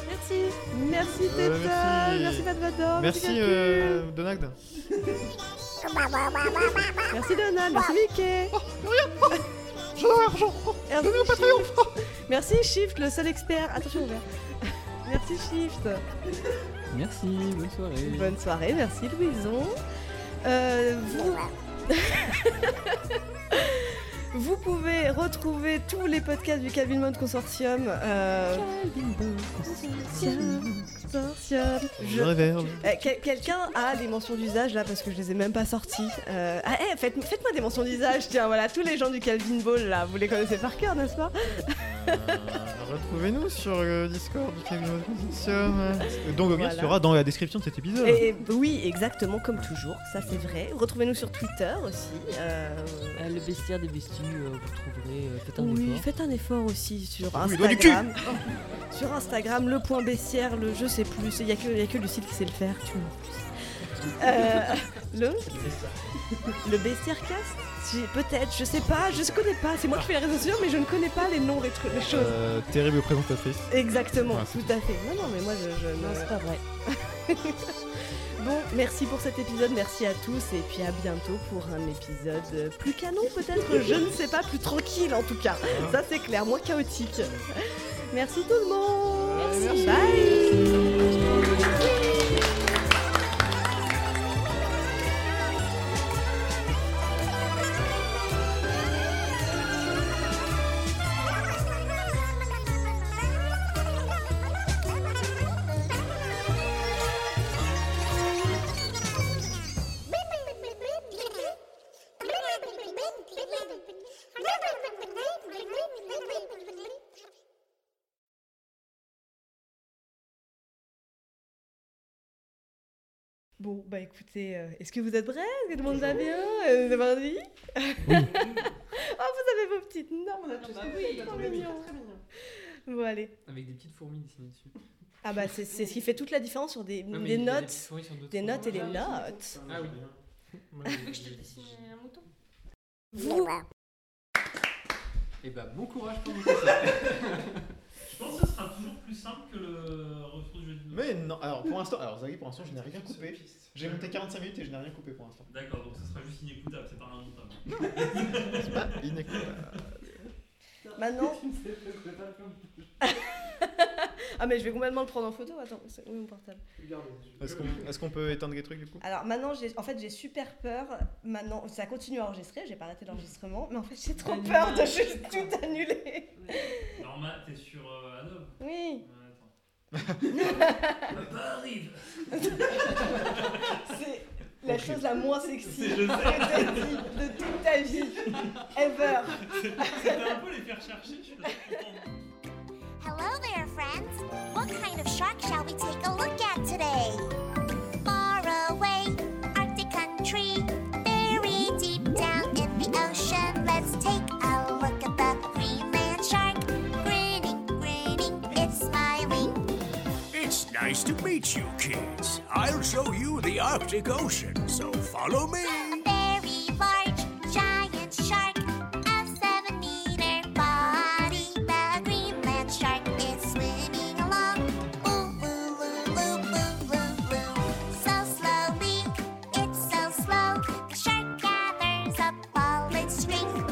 Merci. Merci Euh, Tétal. merci merci. Pat Vador. Merci Gaku. euh, Donald. Merci Donald, merci Mickey. Je dois l'argent. Merci Shift, le seul expert. Attention ouvert. Merci Shift. Merci, bonne soirée. Bonne soirée, merci Louison. Euh, vous... Vous pouvez retrouver tous les podcasts du Calvin Mode Consortium. euh, Consortium. Je Je- réverbe. Eh, quel- Quelqu'un a les mentions d'usage là parce que je les ai même pas sorties. Euh, Ah, eh, faites, moi des mentions d'usage, tiens, voilà, tous les gens du Calvin Ball là, vous les connaissez par cœur, n'est-ce pas Ah, Retrouvez-nous sur le Discord du cabinet de Consortium. Donc, Ogre Voilà. sera dans la description de cet épisode. Et, et oui, exactement, comme toujours, ça c'est vrai. Retrouvez-nous sur Twitter aussi. euh, Euh, le bestiaire des besties, euh, vous trouverez. euh, faites un oui, effort. faites un effort aussi sur Ah Oui, doigt du Instagram. sur Instagram, le point baissière, le je sais plus. Il n'y a, que- il y a que Lucille qui sait le faire, tu vois. Euh, le le bestiaire cast J'ai- Peut-être, je sais pas, je ne connais pas. C'est moi qui fais les réseaux sociaux, mais je ne connais pas les noms des trucs, les choses. Euh, terrible présentatrice. Exactement, Ah, c'est tout à fait. Non, non, mais moi je. je Non, me- c'est pas vrai. Bon, merci pour cet épisode, merci à tous et puis à bientôt pour un épisode euh, plus canon peut-être, je ne sais pas, plus tranquille en tout cas. Ça c'est clair, moins chaotique. Merci tout le monde. Bye. Bon, bah écoutez, euh, est-ce que vous êtes prêts Est-ce que tout le monde va bien Euh, C'est parti Oh, vous avez vos petites normes, on a tous des trop mignons. Bon, allez. Avec des petites fourmis dessinées dessus. Ah bah c'est c'est ce qui fait toute la différence sur des, des notes, des notes et des notes. Ah oui. un mouton Et bah bon courage pour vous. Je Je pense que ce sera toujours plus simple que le refus de jeu de Mais non, alors pour l'instant, alors Zaghi, pour l'instant, je n'ai rien coupé. J'ai monté 45 minutes et je n'ai rien coupé pour l'instant. D'accord, donc ce sera juste inécoutable, c'est pas un montable. C'est pas euh, inécoutable. Maintenant. ah mais je vais complètement le prendre en photo. Attends, c'est où mon portable Est-ce qu'on est-ce qu'on peut éteindre les trucs du coup Alors maintenant, j'ai, en fait, j'ai super peur. Maintenant, ça continue à enregistrer. J'ai pas arrêté l'enregistrement, mais en fait, j'ai trop peur de juste tout annuler. Normal, t'es sur euh, Adobe Oui, Ouais, Attends. Bah, arrive c'est la Horrible. chose la moins sexy C'est- que je t'as dit de toute ta vie ever. C'était un peu les faire chercher, je suis là. Hello there, friends. What kind of shark shall we take a look at today? Far away, Arctic country, very deep down in the ocean. Let's take a look at the Greenland shark. Grinning, grinning, it's smiling. It's nice to meet you, kids. I'll show you the Arctic Ocean, so follow me. A very large, giant shark, a seven-meter body. The Greenland shark is swimming along. Ooh, ooh, ooh, ooh, ooh, ooh, ooh. So slowly, it's so slow. The shark gathers up all its strength.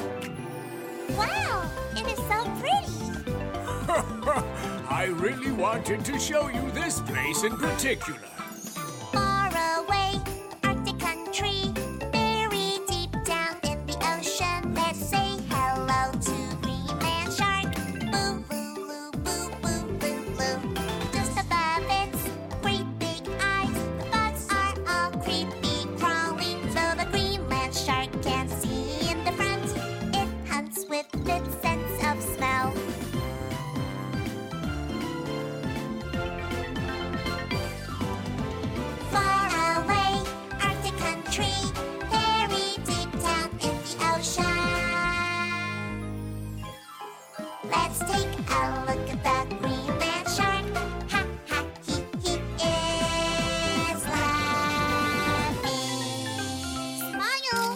Wow, it is so pretty. I really wanted to show you this place in particular. Far away, Arctic country, very deep down in the ocean. Let's say hello to Greenland shark. Boo boo boo boo boo boo boo. Just above its great big eyes, the bugs are all creepy crawling, so the Greenland shark can see in the front. It hunts with its sense of smell. Far away, Arctic country, very deep down in the ocean. Let's take a look at the Greenland shark. Ha ha, he he is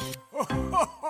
laughing. Smile.